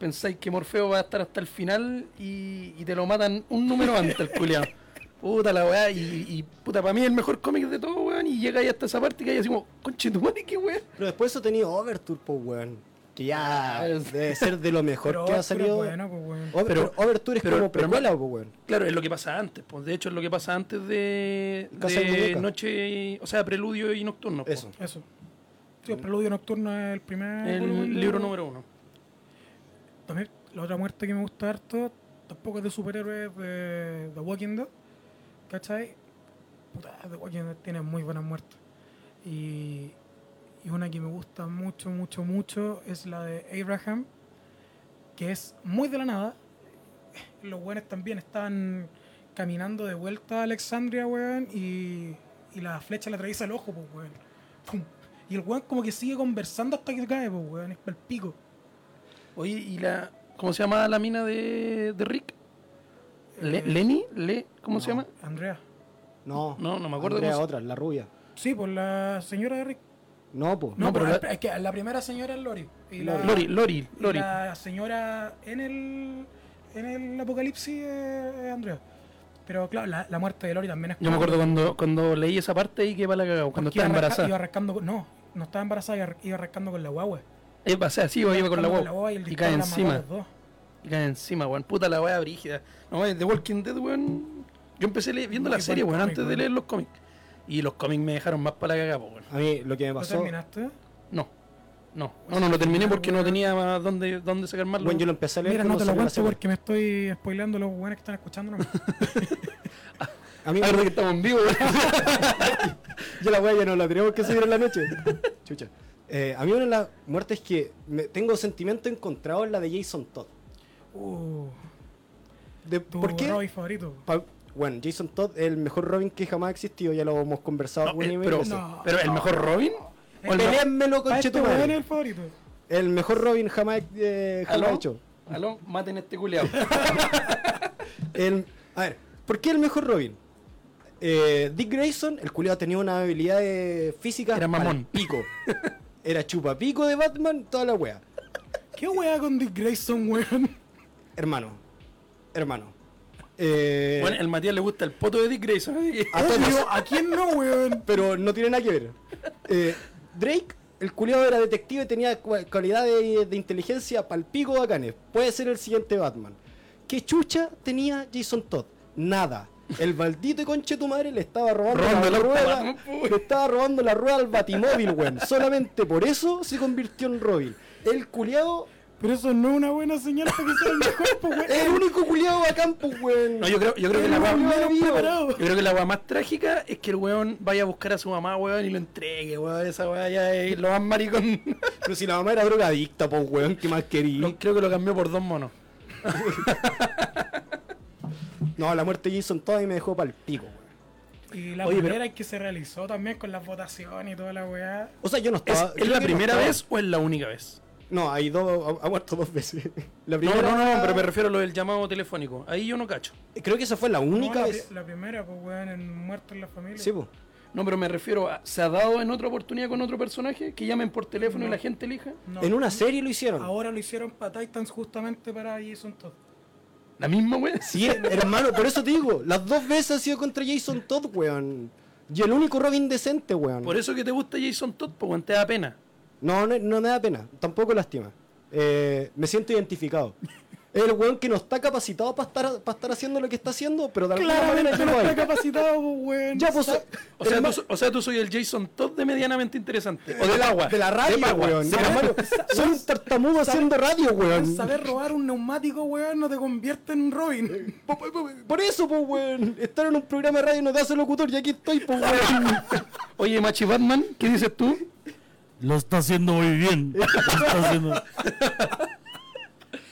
D: Pensáis que Morfeo va a estar hasta el final y, y te lo matan un número antes,
C: <laughs>
D: el culiao. Puta la weá, y, y puta, para mí es el mejor cómic de todo, weón. Y llega ahí hasta esa parte que ahí decimos, conche tu madre, qué weón.
C: Pero después eso tenía Overture, po, weón. Que ya
D: Ah, es-
C: debe ser de lo <laughs> mejor
B: pero
C: que ha
B: otro,
C: salido.
B: bueno, pues weón.
C: Over-
D: Pero-
C: Overture es
D: pero-
C: como
D: pero-
C: precuela, po, weón.
D: Claro, es lo que pasa antes, pues. De hecho, es lo que pasa antes de,
C: Casa de
D: de
C: Muñecas.
D: Noche, y- o sea, Preludio y Nocturno. pues. po.
C: Eso.
B: Eso. Sí, el preludio nocturno es el primer. volumen
D: El
B: de-
D: libro número uno.
B: También, la otra muerte que me gusta harto, tampoco es de superhéroes de The Walking Dead, ¿cachai? Puta, The Walking Dead tiene muy buenas muertes. Y, y una que me gusta mucho, mucho, mucho es la de Abraham, que es muy de la nada. Los buenos también están caminando de vuelta a Alexandria, weón, y, y la flecha le atraviesa el ojo, pues, weón. Pum. Y el weón como que sigue conversando hasta que cae, pues, weón, es el pico.
D: Oye, ¿y la. ¿Cómo se llama la mina de, de Rick?
C: Eh.
D: Le- ¿Lenny? Le, ¿Cómo se llama?
B: Andrea.
C: No,
D: No, no me acuerdo
C: Andrea
D: cómo se-
C: otra, la rubia.
B: Sí, pues la señora de Rick.
C: No, pues.
B: No,
D: No,
B: pero
D: pero
B: la, es que la primera señora es Lori. Y la,
D: Lori, Lori,
B: y
D: Lori.
B: la señora en el, en el apocalipsis es es Andrea. Pero claro, la, la muerte de Lori también es
D: Yo me acuerdo cuando, cuando leí esa parte y que para la cagada, cuando
B: Porque iba
D: estaba
B: arrasca-
D: embarazada.
B: Iba arrancando con- no, no estaba embarazada, iba arra- iba arrancando con la guagua.
D: Eh, o sea, sí, iba iba con la
B: Arrancando
D: guagua.
B: el
D: Y
B: disparo
D: cae
B: la mató a
D: encima.
B: los dos.
D: Y cae encima, weón. Puta la weá brígida. No, es The Walking Dead, weón. Yo empecé le- viendo
B: Muy
D: la serie,
B: buen
D: weón,
B: cómic,
D: antes de
B: weón.
D: leer los cómics. Y los cómics me dejaron más para la cagada, po, weón.
C: A mí lo que me
B: ¿Lo
C: pasó.
B: terminaste?
D: No. No, no, no lo terminé porque no tenía más dónde, dónde sacar más.
C: Bueno, yo lo empecé a leer.
B: Mira, no
C: cuando
B: te lo
C: salió la
B: cuento
C: serie.
B: porque me estoy spoileando los buenos que están
C: <laughs>
B: escuchando. nomás.
C: A mí
D: Ahora Ah, que estamos en vivo, weón.
C: Yo la wea ya no la tenemos que subir en la <laughs> noche. Chucha. Eh, a mí una de las muertes que me- tengo sentimiento encontrado es la de Jason Todd.
B: Uh,
C: De,
B: tu
C: ¿Por qué?
B: Roy favorito.
C: Pa- bueno, Jason Todd es el mejor Robin que jamás ha existido, ya lo hemos conversado.
D: No,
C: un
D: eh,
C: y mil
D: pero,
C: veces.
B: No.
D: pero el mejor Robin. ¿O el mejor-
C: Peléenmelo,
B: Ah, este
C: conchetumare.
B: weón es el favorito.
C: El mejor Robin jamás, eh, jamás
D: ¿Aló?
C: hecho.
D: Aló, maten a este culiao.
C: El- a ver, ¿por qué el mejor Robin? Eh, Dick Grayson, el culiado tenía una habilidad física.
D: Era mamón. <laughs>
C: Pico. Era chupapico de Batman, toda la wea.
B: ¿Qué weá con Dick Grayson, weón?
C: Hermano. Hermano. Eh,
D: Bueno, el Matías le gusta el poto de Dick Grayson. así que-
C: a todos,
B: Obvio, ¿a quién no, weón?
C: pero no tiene nada que ver. Eh, Drake, el culiado era detective y tenía cua- cualidades de inteligencia palpico bacanes. Puede ser el siguiente Batman. ¿Qué chucha tenía Jason Todd? Nada. El maldito conche tu madre le estaba robando la
D: Robando el auto a
C: rueda.
D: Batman, pues.
C: Le estaba robando la rueda al Batimóvil, weón. Solamente por eso se convirtió en Robin. El culiado,
B: Pero eso no es una buena señal para que sea el mejor, pues, weón.
C: el único culiado bacán, pues, weón.
D: No, yo creo, yo creo que
C: El
D: la
C: único
D: weá-
C: culiao vivo.
D: Yo creo que la weá más trágica es que el weón vaya a buscar a su mamá, weón, y lo entregue, weón. Esa weá ya es lo más maricón.
C: Pero si la mamá era drogadicta, pues, weón, ¿qué más quería?
D: Lo- creo que lo cambió por dos monos.
C: No, la muerte de Jason Todd a mí me dejó para el pico, weón.
B: Y la
D: Oye, pero-
B: manera en que se realizó también con las votaciones y toda la weá.
C: O sea, Ah, yo no
D: ¿Es,
C: estaba.
D: es
C: yo
D: la
C: creo que no
D: primera
C: estaba-
D: vez o es la única vez?
C: No, hay dos. Ha, ha muerto dos veces. <laughs> La
D: No,
C: primera.
D: no, no, pero me refiero a lo del llamado telefónico. Ahí yo no cacho.
C: Creo que esa fue la única
B: No, la,
C: vez.
B: pri- la primera, pues, weón, en muerto en la familia.
C: Sí, pues.
D: No, pero me refiero a. ¿Se ha dado en otra oportunidad con otro personaje? Que llamen por teléfono y la gente elija.
B: No.
C: En una serie lo hicieron.
B: Ahora lo hicieron para Titans justamente para Jason Todd.
D: La misma weón.
C: Sí, <laughs> hermano, por eso te digo. Las dos veces ha sido contra Jason Todd, weón. Y el único Robin decente, weón.
D: Por eso que te gusta Jason Todd, pues weón, te da pena.
C: No, no, no me da pena. Tampoco lástima. Eh, me siento identificado. Es el weón que no está capacitado para estar, para estar haciendo lo que está haciendo, pero de alguna manera
B: Claramente no
C: llegó
B: está
C: ahí.
B: capacitado, pues, weón.
C: Ya, pues.
D: O sea, tú, so- o sea, tú soy el Jason Todd de medianamente interesante. O del agua.
C: De la radio,
D: Pagua,
C: weón.
D: de
C: hermano, soy un tartamudo haciendo radio, weón.
B: Saber robar un neumático, weón, no te convierte en Robin.
C: Po- po- po- Por eso, pues, weón. Estar en un programa de radio no te hace locutor y aquí estoy, pues, weón.
D: Oye, Machi Batman, ¿qué dices tú?
A: Lo está haciendo muy
D: <laughs>
A: bien. Lo está haciendo-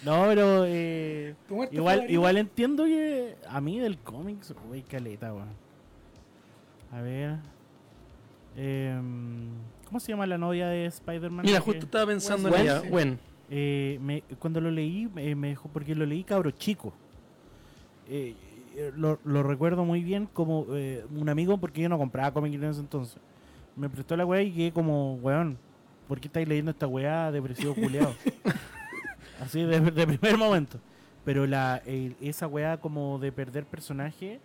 A: No, pero eh,
B: Tu muerte
A: igual,
B: favorita.
A: igual entiendo que a mí del cómics, uy, caleta, weón. A ver. em, ¿Cómo se llama la novia de Spider-Man?
D: Mira,
A: Que-
D: justo estaba pensando
C: Gwen,
D: en ella.
B: sí.
D: Gwen.
A: eh, me- cuando lo leí, eh, me dejó, porque lo leí cabro chico. Eh, eh, lo, lo recuerdo muy bien como eh, un amigo, porque yo no compraba cómics en ese entonces. Me prestó la weá y quedé como, weón, ¿por qué estáis leyendo esta weá depresivo culeado? Así de, de primer momento. Pero la, el- esa weá como de perder personaje,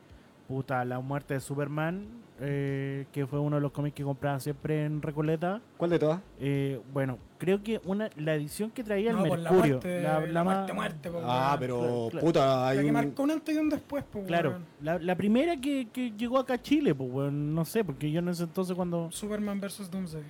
A: puta, la muerte de Superman, eh, que fue uno de los cómics que compraba siempre en Recoleta.
C: <laughs> ¿Cuál de todas?
A: Eh, bueno, creo que una, la edición que traía el
B: No, por la
A: Mercurio.
B: muerte,
A: la-
B: la,
A: la ma-
B: muerte, muerte, pues,
C: Ah,
B: weón.
C: pero,
A: claro.
C: puta, hay
B: La que
C: un-
B: marcó un antes y un después, pues,
A: Claro,
B: weón.
A: la, la primera que, que llegó acá a Chile, pues, weón, no sé, porque yo en ese entonces cuando...
B: Superman vs Doomsday.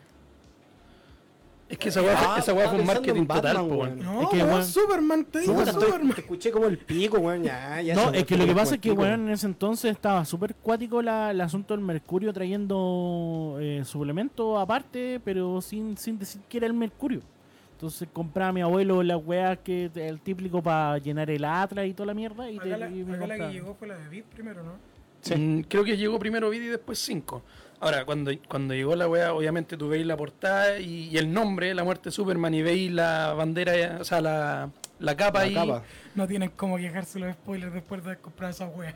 D: Es que esa weá
C: Ah,
D: fue- esa weá fue un
C: estaba pensando
D: marketing
C: en
D: total,
C: Batman,
D: po,
C: weón.
D: weón.
B: No,
A: Es que,
B: weón,
A: weón,
B: Superman, te digo
C: Puta, estoy-
B: Superman.
C: te escuché como el pico, weón. Ya, ya
A: No,
C: se- pues,
A: es que lo que
C: como
A: pasa
C: el
A: es que,
C: pico.
A: weón, en ese entonces estaba súper cuático la- el asunto del Mercurio trayendo eh, suplemento aparte, pero sin, sin decir que era el Mercurio. Entonces compraba a mi abuelo las weas que el típico para llenar el Atlas y toda la mierda. Y, te-
B: Acá la,
A: y me
B: acá la
A: compraba.
B: que llegó fue la de Beat primero, ¿no?
D: Mm, creo que llegó primero Vid y después 5. Ahora, cuando, cuando llegó la wea, obviamente tú veis la portada y, y el nombre, la muerte de Superman, y veis la bandera, eh, o sea, la, la capa
C: La
D: y
C: capa.
B: No tienen cómo quejarse los spoilers después de comprar esa wea.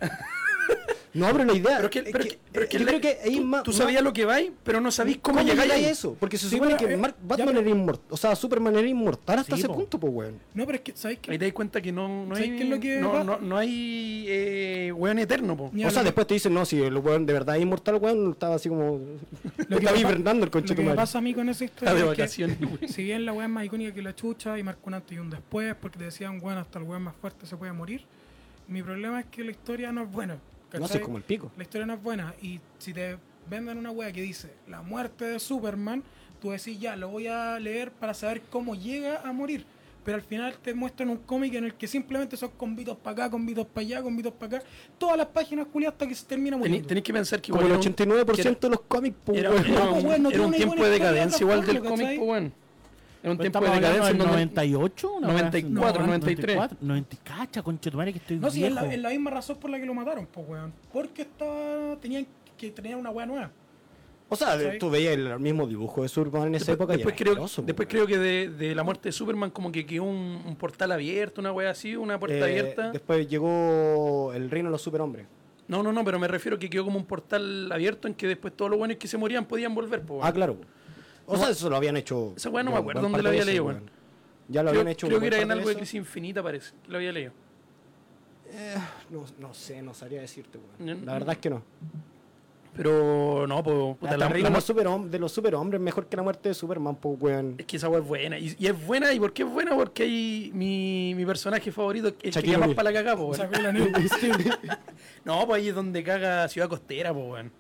C: No, pero la idea.
D: Pero es que, pero es que- pero es que
C: yo
D: la-
C: creo que ahí
D: tú,
C: más.
D: tú sabías lo que vais, pero no sabís cómo, llegáis
C: a
D: ahí.
C: eso. Porque se
B: Sí,
C: supone
B: pero,
C: que
B: eh,
C: Mark-
B: ya,
C: Batman
B: pero-
C: era inmortal. O sea, Superman era inmortal hasta
A: Sí,
C: ese
A: po.
C: punto, pues, weón.
B: No, pero es que, ¿sabéis
D: Ahí
B: qué?
D: te das cuenta que no, no
B: ¿Sabes
D: hay,
B: qué es lo que
D: no,
B: va?
D: no- no hay eh, weón eterno, po.
B: Ya,
C: O sea,
B: lo que-
C: después te dicen, no, si el weón de verdad es inmortal, weón, estaba así como.
B: Lo que
C: Está
B: me
C: ahí
B: pa-
C: Fernando, el conche
B: Lo
C: tu
B: que me
C: madre.
B: pasa a mí con esa
D: Está
B: historia
D: de
B: es que,
D: vacaciones, weón.
B: si bien la wea es más icónica que la chucha y marcó un antes y un después, porque te decían, bueno, hasta el wea más fuerte se puede morir, mi problema es que la historia no es buena.
C: No, si
B: ¿cachai?
C: es como el pico.
B: La historia no es buena. Y si te venden una wea que dice la muerte de Superman, tú decís ya, lo voy a leer para saber cómo llega a morir. Pero al final te muestran un cómic en el que simplemente son convitos para acá, convitos para allá, convitos para acá. Todas las páginas culiadas hasta que se termina
D: Tenéis
B: muriendo.
D: tenéis que pensar que
C: Como el
D: era un-
C: 89% de los cómics, pues,
D: era,
C: weón.
D: era
B: No,
D: un,
B: pues, weón,
D: era
B: no tiene
D: un
B: una
D: tiempo
B: buena
D: de
B: historia de
D: decadencia igual del
B: plataforma,
D: cómic,
B: ¿cachai?
D: po, weón. Era un
A: Pero
D: tiempo de
A: Pues, estamos hablando
D: decadencia en
A: del
D: donde-
A: 98, una
D: 94, 93.
A: 94, 90, cacha, concha tu madre, que estoy
B: No, sí, es
A: viejo.
B: la, es la misma razón por la que lo mataron, pues, weón. Porque estaba, tenían que tener una wea nueva.
C: O sea,
B: ¿Cachai?
C: tú veías el mismo dibujo de Superman en esa época. y
D: después
C: era pues,
D: creo,
C: asqueroso, po,
D: después
C: weón.
D: creo que de, de la muerte de Superman como que quedó un, un portal abierto, una wea así, una puerta
C: Eh,
D: abierta.
C: Después llegó el reino de los superhombres.
D: No, no, no, pero me refiero que quedó como un portal abierto en que después todos los buenos que se morían podían volver, po, weón.
C: Ah, claro. po. O
D: No,
C: sea, eso lo habían hecho.
D: esa weá no
C: ya
D: me
C: un
D: acuerdo
C: buen par
D: dónde la
C: de
D: había
C: veces,
D: leído,
C: weón. Ya lo
D: creo,
C: habían hecho. un
D: creo que
C: buen
D: era
C: par
D: en
C: de
D: algo de
C: veces.
D: crisis infinita, parece, que lo había leído.
C: Eh, No, no sé, no sabría decirte, weón.
D: No, no.
C: La verdad es que no.
D: Pero no, po, puta,
C: Hasta
D: la,
C: el
D: la
C: reino de los
D: muerte-
C: superhom- de los superhombres mejor que la muerte de Superman, pues, weón.
D: es que esa wea es buena. Y, y es buena, ¿y por qué es buena? Porque hay mi, mi personaje favorito, el que
C: Shaquille
D: queda más
C: O'Neal.
D: para la cagada, po, weón.
B: Sacó
D: <laughs>
B: la nueva.
D: No, pues ahí es donde caga Ciudad Costera, pues, weón.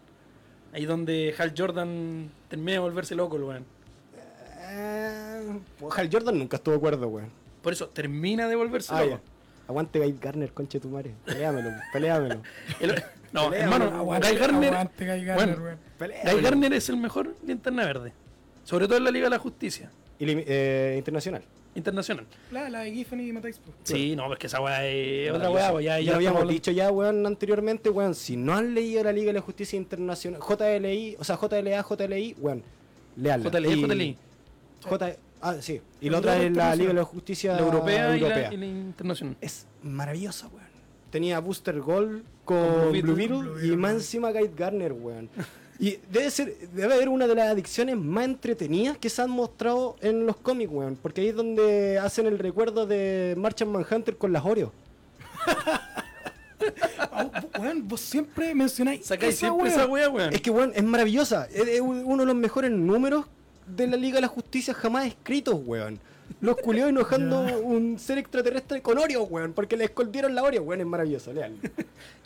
D: Ahí es donde Hal Jordan termina de volverse loco, el weón.
C: Eh, pues, Hal Jordan nunca estuvo de acuerdo, weón.
D: Por eso, termina de volverse
C: Ah, ya.
D: loco.
C: Aguante Guy Garner, conche tu madre. Peleámelo, peleámelo.
D: <laughs>
C: <laughs>
D: El- no,
C: Pelea, weón.
D: hermano,
B: Aguante,
D: Guy Garner,
B: aguante, Guy Garner,
D: Bueno.
B: weón.
D: Guy
C: Peleámelo.
D: Garner es el mejor linterna verde. Sobre todo en la Liga de la Justicia
C: Ilimi- eh, internacional.
D: Internacional.
B: La, la de Giffen y Matais, pues.
D: Sí, no, pues que esa weá es otra
C: Maravilloso.
D: weá, pues ya,
C: Y
D: ya
C: lo
D: estamos
C: habíamos
D: hablando-
C: dicho ya, weón, anteriormente, weón, si no han leído la Liga de la Justicia Internacional, JLI, o sea, JLA, JLI, weón, leanla.
D: JLI,
C: Y-
D: JLI.
C: J- ah, sí. Y
B: La
C: la otra
B: Liga
C: es la Liga de la
B: Internacional.
C: Justicia
D: La europea, y la-
C: Europea.
D: Y, la, internacional.
C: Es maravillosa, weón. Tenía Booster Gold con
D: Blue
C: Blue,
D: Beetle.
C: Beetle
B: Blue
C: y
B: Beetle,
C: más
B: weón.
C: encima Guy Garner, weón. Y debe ser, debe haber una de las adicciones más entretenidas que se han mostrado en los cómics, weón. Porque ahí es donde hacen el recuerdo de Martian Manhunter con las Oreo.
B: Ah, vos- weón, vos siempre mencionáis
D: Sacáis
B: esa
D: siempre
B: wea.
D: esa weá, weón.
C: Es que, weón, es maravillosa. Es es un- uno de los mejores números de la Liga de la Justicia jamás escritos, weón. Los culiados enojando un ser extraterrestre con Oreo, weón, porque le escondieron la Oreo, weón, es maravilloso, leal.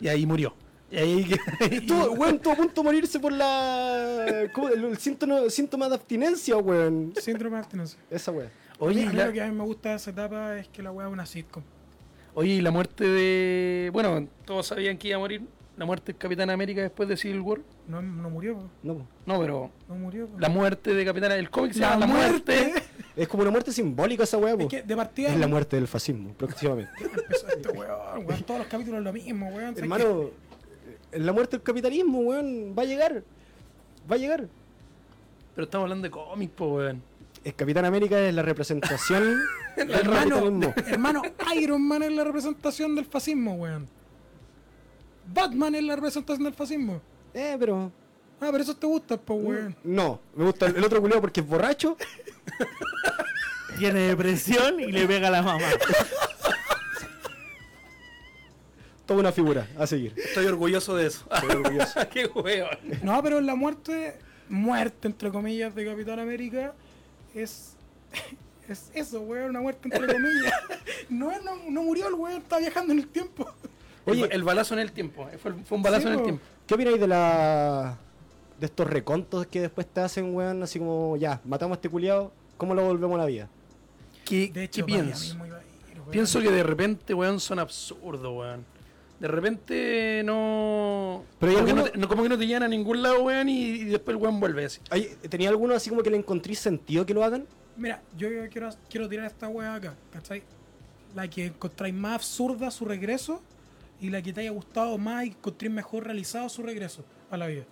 D: Y ahí murió. Y ahí <laughs>
C: Estuvo, weón, estuvo a punto de morirse por la. ¿Cómo? El, el síntoma, síntoma de abstinencia, weón.
B: Síndrome de abstinencia.
C: Esa weón.
D: Oye,
B: a mí
D: y la-
B: lo que a mí me gusta de esa etapa es que la wea es una sitcom.
D: Oye, y la muerte de. Bueno, todos sabían que iba a morir. La muerte del Capitán América después de Civil War.
B: No, no murió, po.
C: No, po.
D: No, pero.
B: no murió. po.
D: La muerte de Capitán El cómic se
B: La
D: llama La muerte.
C: es como una muerte simbólica esa weón.
B: Es que de partida
C: Es la muerte del fascismo,
B: <laughs>
C: próximamente.
B: empezó este weón, weón. Todos los capítulos lo mismo, weón. ¿Sabes
C: Hermano, es la muerte del capitalismo, weón. Va a llegar. Va a llegar.
D: Pero estamos hablando de cómics, po, weón.
C: El Capitán América es la
B: <laughs>
C: representación del
B: qué? Hermano,
C: capitalismo.
B: hermano, Iron Man es la representación del fascismo, weón. Batman es la representación del fascismo.
C: Eh, pero.
B: Ah, pero eso te gusta, pues, weón.
C: No, me gusta el el otro culiado porque es borracho.
A: Tiene depresión y le pega a la
D: <laughs>
A: mamá.
C: Toda una figura a seguir.
B: <laughs>
D: Estoy orgulloso de eso.
C: Estoy orgulloso.
D: <laughs> ¡Qué weón!
B: No, pero la muerte, muerte entre comillas de Capitán América es <laughs> es eso, weón, una muerte entre comillas. <laughs> No, no, no murió el weón, está viajando en el tiempo.
C: Oye.
D: el, el balazo en el tiempo. eh, Fue, fue un balazo
B: Sí,
D: en el
B: po.
D: tiempo.
C: ¿Qué opináis de la de estos recontos que después te hacen, weón? Así como, ya, matamos a este culiado, ¿cómo lo volvemos a la vida?
D: ¿Qué,
B: De hecho,
D: qué
B: para mí
D: pienso?
B: mismo iba a ir, weón.
D: Pienso que de repente, weón, son absurdos, weón. De repente no.
C: Pero hay
D: como, que no
C: algunos-
D: te- no- como que no te llegan a ningún lado, weón, y, y después el weón vuelve así.
C: Ay, ¿Tenía alguno así como que le encontré sentido que lo hagan?
B: Mira, yo quiero, quiero tirar esta weá acá, ¿cachai? La que encontráis más absurda su regreso y la que te haya gustado más y encontréis mejor realizado su regreso a la vida.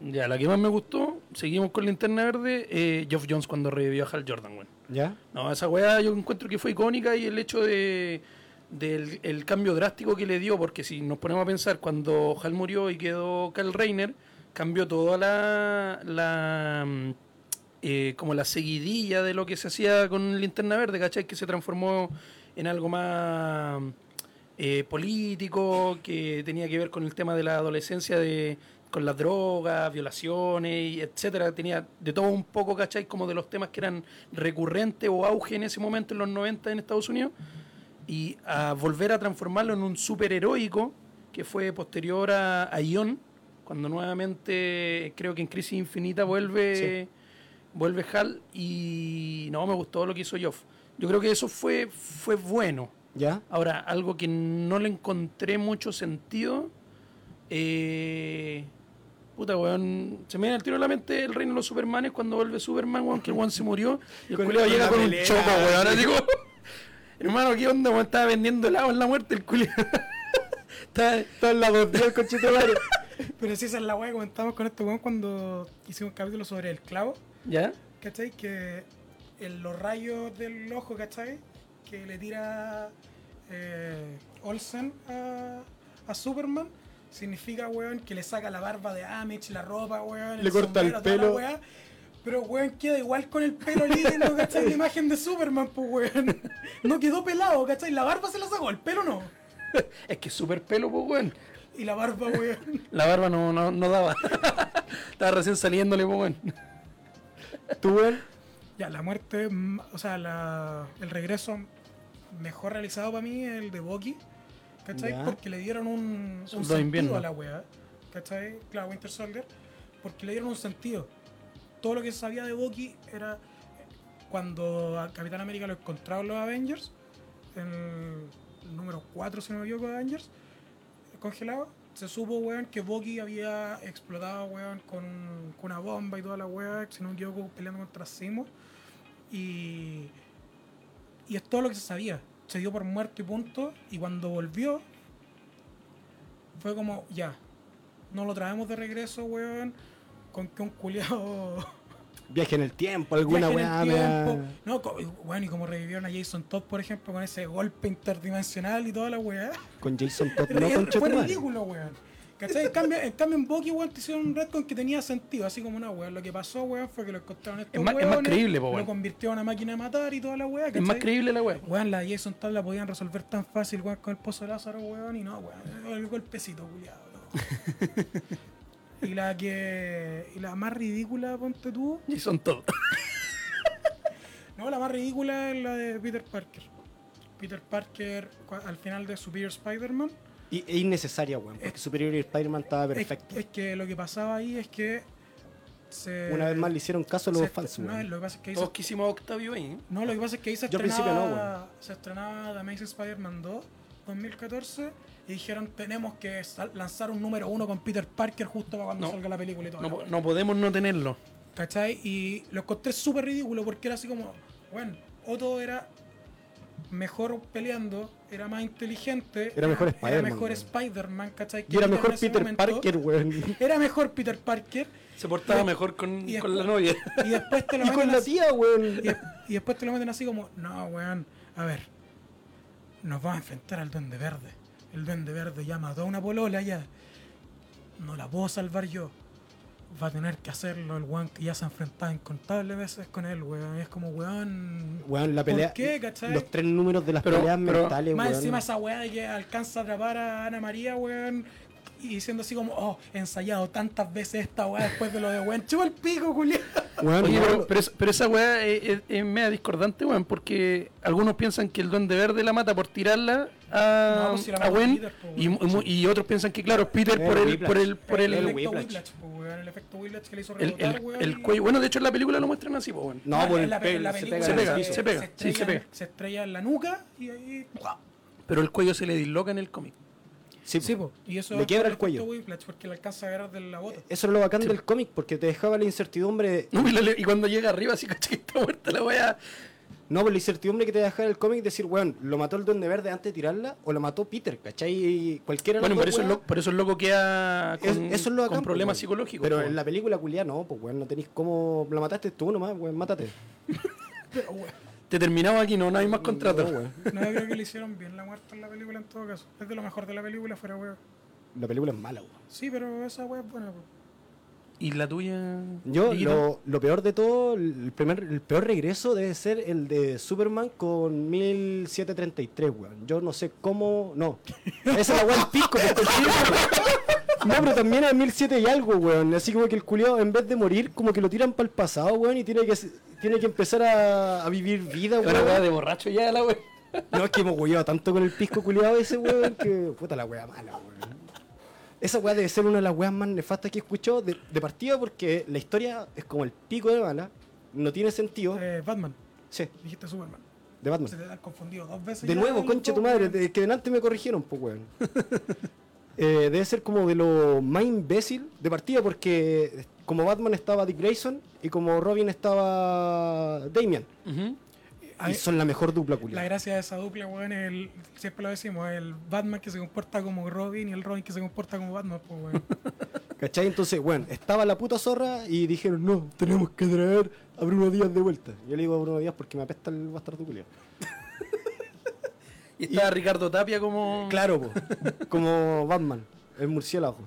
D: Ya, la que más me gustó, seguimos con Linterna Verde, eh, Geoff Jones cuando revivió a Hal Jordan, weón.
C: ¿Ya?
D: No, esa weá yo encuentro que fue icónica y el hecho de del el cambio drástico que le dio, porque si nos ponemos a pensar, cuando Hal murió y quedó Kyle Reiner, cambió toda la, la mm, eh, como la seguidilla de lo que se hacía con Linterna Verde, ¿cachai? Que se transformó en algo más eh, político, que tenía que ver con el tema de la adolescencia de con las drogas, violaciones, y etcétera, tenía de todo un poco, ¿cachai? Como de los temas que eran recurrentes o auge en ese momento, en los 90 en Estados Unidos, y a volver a transformarlo en un superheroico que fue posterior a, a Ion, cuando nuevamente, creo que en Crisis Infinita vuelve, vuelve Hal, y no, me gustó lo que hizo Joff. Yo creo que eso fue, fue bueno.
C: ¿Ya?
D: Ahora, algo que no le encontré mucho sentido. eh, puta, weón. Se me viene al tiro a la mente el reino de los Supermanes cuando vuelve Superman, weón, que el weón se murió. Y el
C: Con-
D: culiao
C: con
D: llega
C: la
D: con
C: pelea,
D: un choco, weón. Ahora digo, <laughs> hermano, ¿qué onda, weón? Estaba vendiendo helado en la muerte el <laughs> culiao. Estaba-
C: Está en la dos el conchito madre.
B: Pero sí, esa es la weá que comentamos con este weón cuando hicimos un capítulo sobre el clavo.
D: ¿Ya?
B: ¿cachai? Que en los rayos del ojo, ¿cachai? Que le tira eh, Olsen a, a Superman. Significa, weón, que le saca la barba de Amish, la ropa, weón.
C: Le corta el
B: toda la
C: pelo.
B: weá. pero, weón, queda igual con el pelo lindo, ¿cachai? La imagen de Superman, pues, weón. No quedó pelado, ¿cachai? La barba se la sacó, el pelo no.
D: Es que súper pelo, pues, weón.
B: Y la barba, weón.
D: La barba no, no, no daba. <laughs> Estaba recién saliéndole, pues, weón.
C: ¿Tú, weón?
B: Ya, la muerte, mm, o sea, la- el regreso mejor realizado para mí es el de Bucky, ¿cachai?
C: Ya.
B: Porque le dieron un, un
D: Soldado
B: sentido
D: invierno.
B: a la wea, ¿cachai? Claro, Winter Soldier, porque le dieron un sentido. Todo lo que se sabía de Bucky era eh, cuando a Capitán América lo encontraron los Avengers, en el número 4, si no me equivoco, de Avengers, congelado. Se supo, weón, que Bucky había explotado, weón, con, con una bomba y toda la weá, si no me equivoco, peleando contra Seymour. Y, y es todo lo que se sabía. Se dio por muerto y punto. Y cuando volvió, fue como, ya, no lo traemos de regreso, weón, con que un culiado...
C: <laughs> Viaje en el tiempo, <laughs> alguna weá. me da-
B: No, co- bueno, y como revivieron a Jason Todd, por ejemplo, con ese golpe interdimensional y toda la weá.
C: Con Jason Todd, no
B: Ri-
C: con
B: fue
C: Chetumare.
B: ridículo, weón. ¿Cachai? En cambio, en, cambio, en Bucky, weón, te hicieron un retcon que tenía sentido. Así como, no, weón, lo que pasó, weón, fue que lo encontraron estos
D: Es más- es más
B: weones,
D: creíble, po, weón.
B: Lo convirtió en una máquina de matar y toda la weá,
D: Es más
B: ¿cachai?
D: creíble la weón.
B: Weón, la Jason Todd la podían resolver tan fácil, weón, con el pozo de Lázaro, weón, y no, weón, el golpecito, culiado.
D: <laughs>
B: y la que. Y la más ridícula, ponte tú.
D: Y son todos.
B: No, la más ridícula es la de Peter Parker. Peter Parker, cua- al final de Superior Spider-Man,
C: Y es innecesaria, weón, porque Superior y Spider-Man estaba
B: es,
C: perfecto.
B: es que lo que pasaba ahí es que. se-
C: Una vez más le hicieron caso a
B: se
C: los
B: est-
C: fans,
B: no,
C: weón.
B: lo que pasa es que ahí se-
D: Todos quisimos a Octavio ahí. ¿eh?
B: No, lo que pasa es que ahí se
C: Yo al principio no,
B: estrenaba, se estrenaba The Amazing Spider-Man 2 2014 y dijeron tenemos que sal- lanzar un número uno con Peter Parker justo para cuando
D: No.
B: salga la película y todo.
D: No, po- no podemos no tenerlo.
B: ¿Cachai? Y lo encontré súper ridículo porque era así como, bueno, Otto era mejor peleando, era más inteligente.
C: Era mejor
B: Era
C: Spider-Man,
B: mejor
C: weón.
B: Spider-Man, ¿cachai?
C: Y era
B: en
C: mejor
B: ese
C: Peter
B: momento-
C: Parker, weón.
B: Era mejor Peter Parker
D: Se portaba mejor con,
B: y
D: con la
B: después-
D: novia.
B: y después te
C: <laughs>
B: lo
C: Y con
B: meten
C: la
B: así-
C: tía, weón.
B: y, de- y después te lo meten así como, no, weón, a ver, nos vamos a enfrentar al Duende Verde. El Duende Verde ya mató a una polola ya. No la puedo salvar yo. Va a tener que hacerlo el weón que ya se ha enfrentado incontables veces con él, weón. Y es como, weón...
C: Weón, la pelea.
B: ¿Por qué, cachai?
C: Los tres números de las
D: Pero-
C: peleas
D: pero-
C: mentales,
B: Más
C: weón.
B: encima esa weá de que alcanza a atrapar a Ana María, weón. Y diciendo así como, oh, he ensayado tantas veces esta weá después de lo de weón. Chupa el pico, culiado.
C: Weón,
D: Oye,
C: no,
D: pero,
C: lo-
D: pero es- pero esa weá es, es- es media discordante, weón, porque algunos piensan que el duende verde la mata por tirarla a,
B: No, pues si la
D: a
B: mata
D: Gwen,
B: Peter, po,
D: y,
B: weón.
D: mu- y otros piensan que, claro, Peter
C: El
D: por el,
C: Whiplash.
D: por el, por el,
B: el,
D: el,
B: efecto
C: Whiplash.
B: Whiplash, po, weón. El efecto Whiplash que le hizo
D: el-
B: rebotar, weón.
D: el
B: y-
D: cuello. Bueno, de hecho en la película lo muestran así, po, weón.
C: No,
B: Ah,
C: por
B: en
C: el
B: la pe- en
C: pelo,
B: la
C: se
B: película
C: pega. en el
D: pega,
C: piso.
D: se pega, sí,
B: estrella
D: se
B: en-
D: pega.
B: Se estrella en la nuca y ahí. ¡pua!
D: Pero el cuello se le disloca en el cómic. <laughs>
C: Sí,
B: Sí,
C: po.
B: po. Y eso
C: Le
B: es
C: quiebra
B: por
C: el cuello.
B: efecto Whiplash, porque le alcanza a agarrar de la bota.
C: Eso es lo bacán del cómic, porque te dejaba la incertidumbre de-
D: No, y, la le- y cuando llega arriba, así <laughs> caché que está muerta la weá.
C: No, por la incertidumbre que te dejaba el cómic, decir, weón, ¿lo mató el Duende Verde antes de tirarla o lo mató Peter? ¿Cachai? Y Cualquiera de las
D: Bueno, por
C: dos
D: eso, el
C: weas,
D: loco, por eso el loco queda
C: es-
D: con,
C: eso es lo
D: con
C: bacán,
D: problemas
C: po, weón.
D: psicológicos. pues,
C: Pero
D: po.
C: en la película culiá no, pues weón, no tenéis cómo. Lo mataste tú nomás, weón, mátate.
B: Pero, weón,
D: Te terminamos aquí, no, no hay más contratos.
C: No, weón.
B: no, yo creo que le hicieron bien la muerte en la película en todo caso. Es de lo mejor de la película, fuera weón.
C: La película es mala, weón.
B: Sí, pero esa weón es buena, po.
D: ¿Y la tuya?
C: Yo,
D: Dieguito?
C: lo, lo peor de todo, el, primer, el peor regreso debe ser el de Superman con 1733, weón. Yo no sé cómo. No. Esa es la weón pico, pues, cochino, weón. No, pero también es 1700 y algo, weón. Así como que el culiao, en vez de morir, como que lo tiran para el pasado, weón, y tiene que, se- tiene que empezar a, a vivir vida,
D: Una weá
C: weón.
D: de borracho ya, la weá.
C: No, es que hemos hueveado tanto con el pisco culiado ese, weón, que. Puta la wea mala, weón. Esa weá debe ser una de las weas más nefastas que he escuchado de, de partida porque la historia es como el pico de mala. No tiene sentido.
B: Eh, Batman.
C: Sí,
B: Dijiste Superman.
C: de
B: Se
C: Batman.
B: te han confundido dos veces.
C: De
B: ya,
C: nuevo,
B: los
C: concha tu
B: dos,
C: madre,
B: weón.
C: de- que delante me corrigieron, pues weón. Eh, debe ser como de lo más imbécil de partida porque como Batman estaba Dick Grayson y como Robin estaba Damian.
B: Ay,
C: Y son la mejor dupla
B: La
C: culiada.
B: gracia de esa dupla, weón, es el, siempre lo decimos, el Batman que se comporta como Robin y el Robin que se comporta como Batman, pues, weón.
C: ¿Cachai? Entonces, bueno, estaba la puta zorra y dijeron, no, tenemos que traer a Bruno Díaz de vuelta. Yo le digo a Bruno Díaz porque me apesta el bastardo culiao.
D: Y estaba Ricardo Tapia
B: Mm.
D: como.
C: Claro,
B: <laughs>
C: po. como Batman, el murciélago.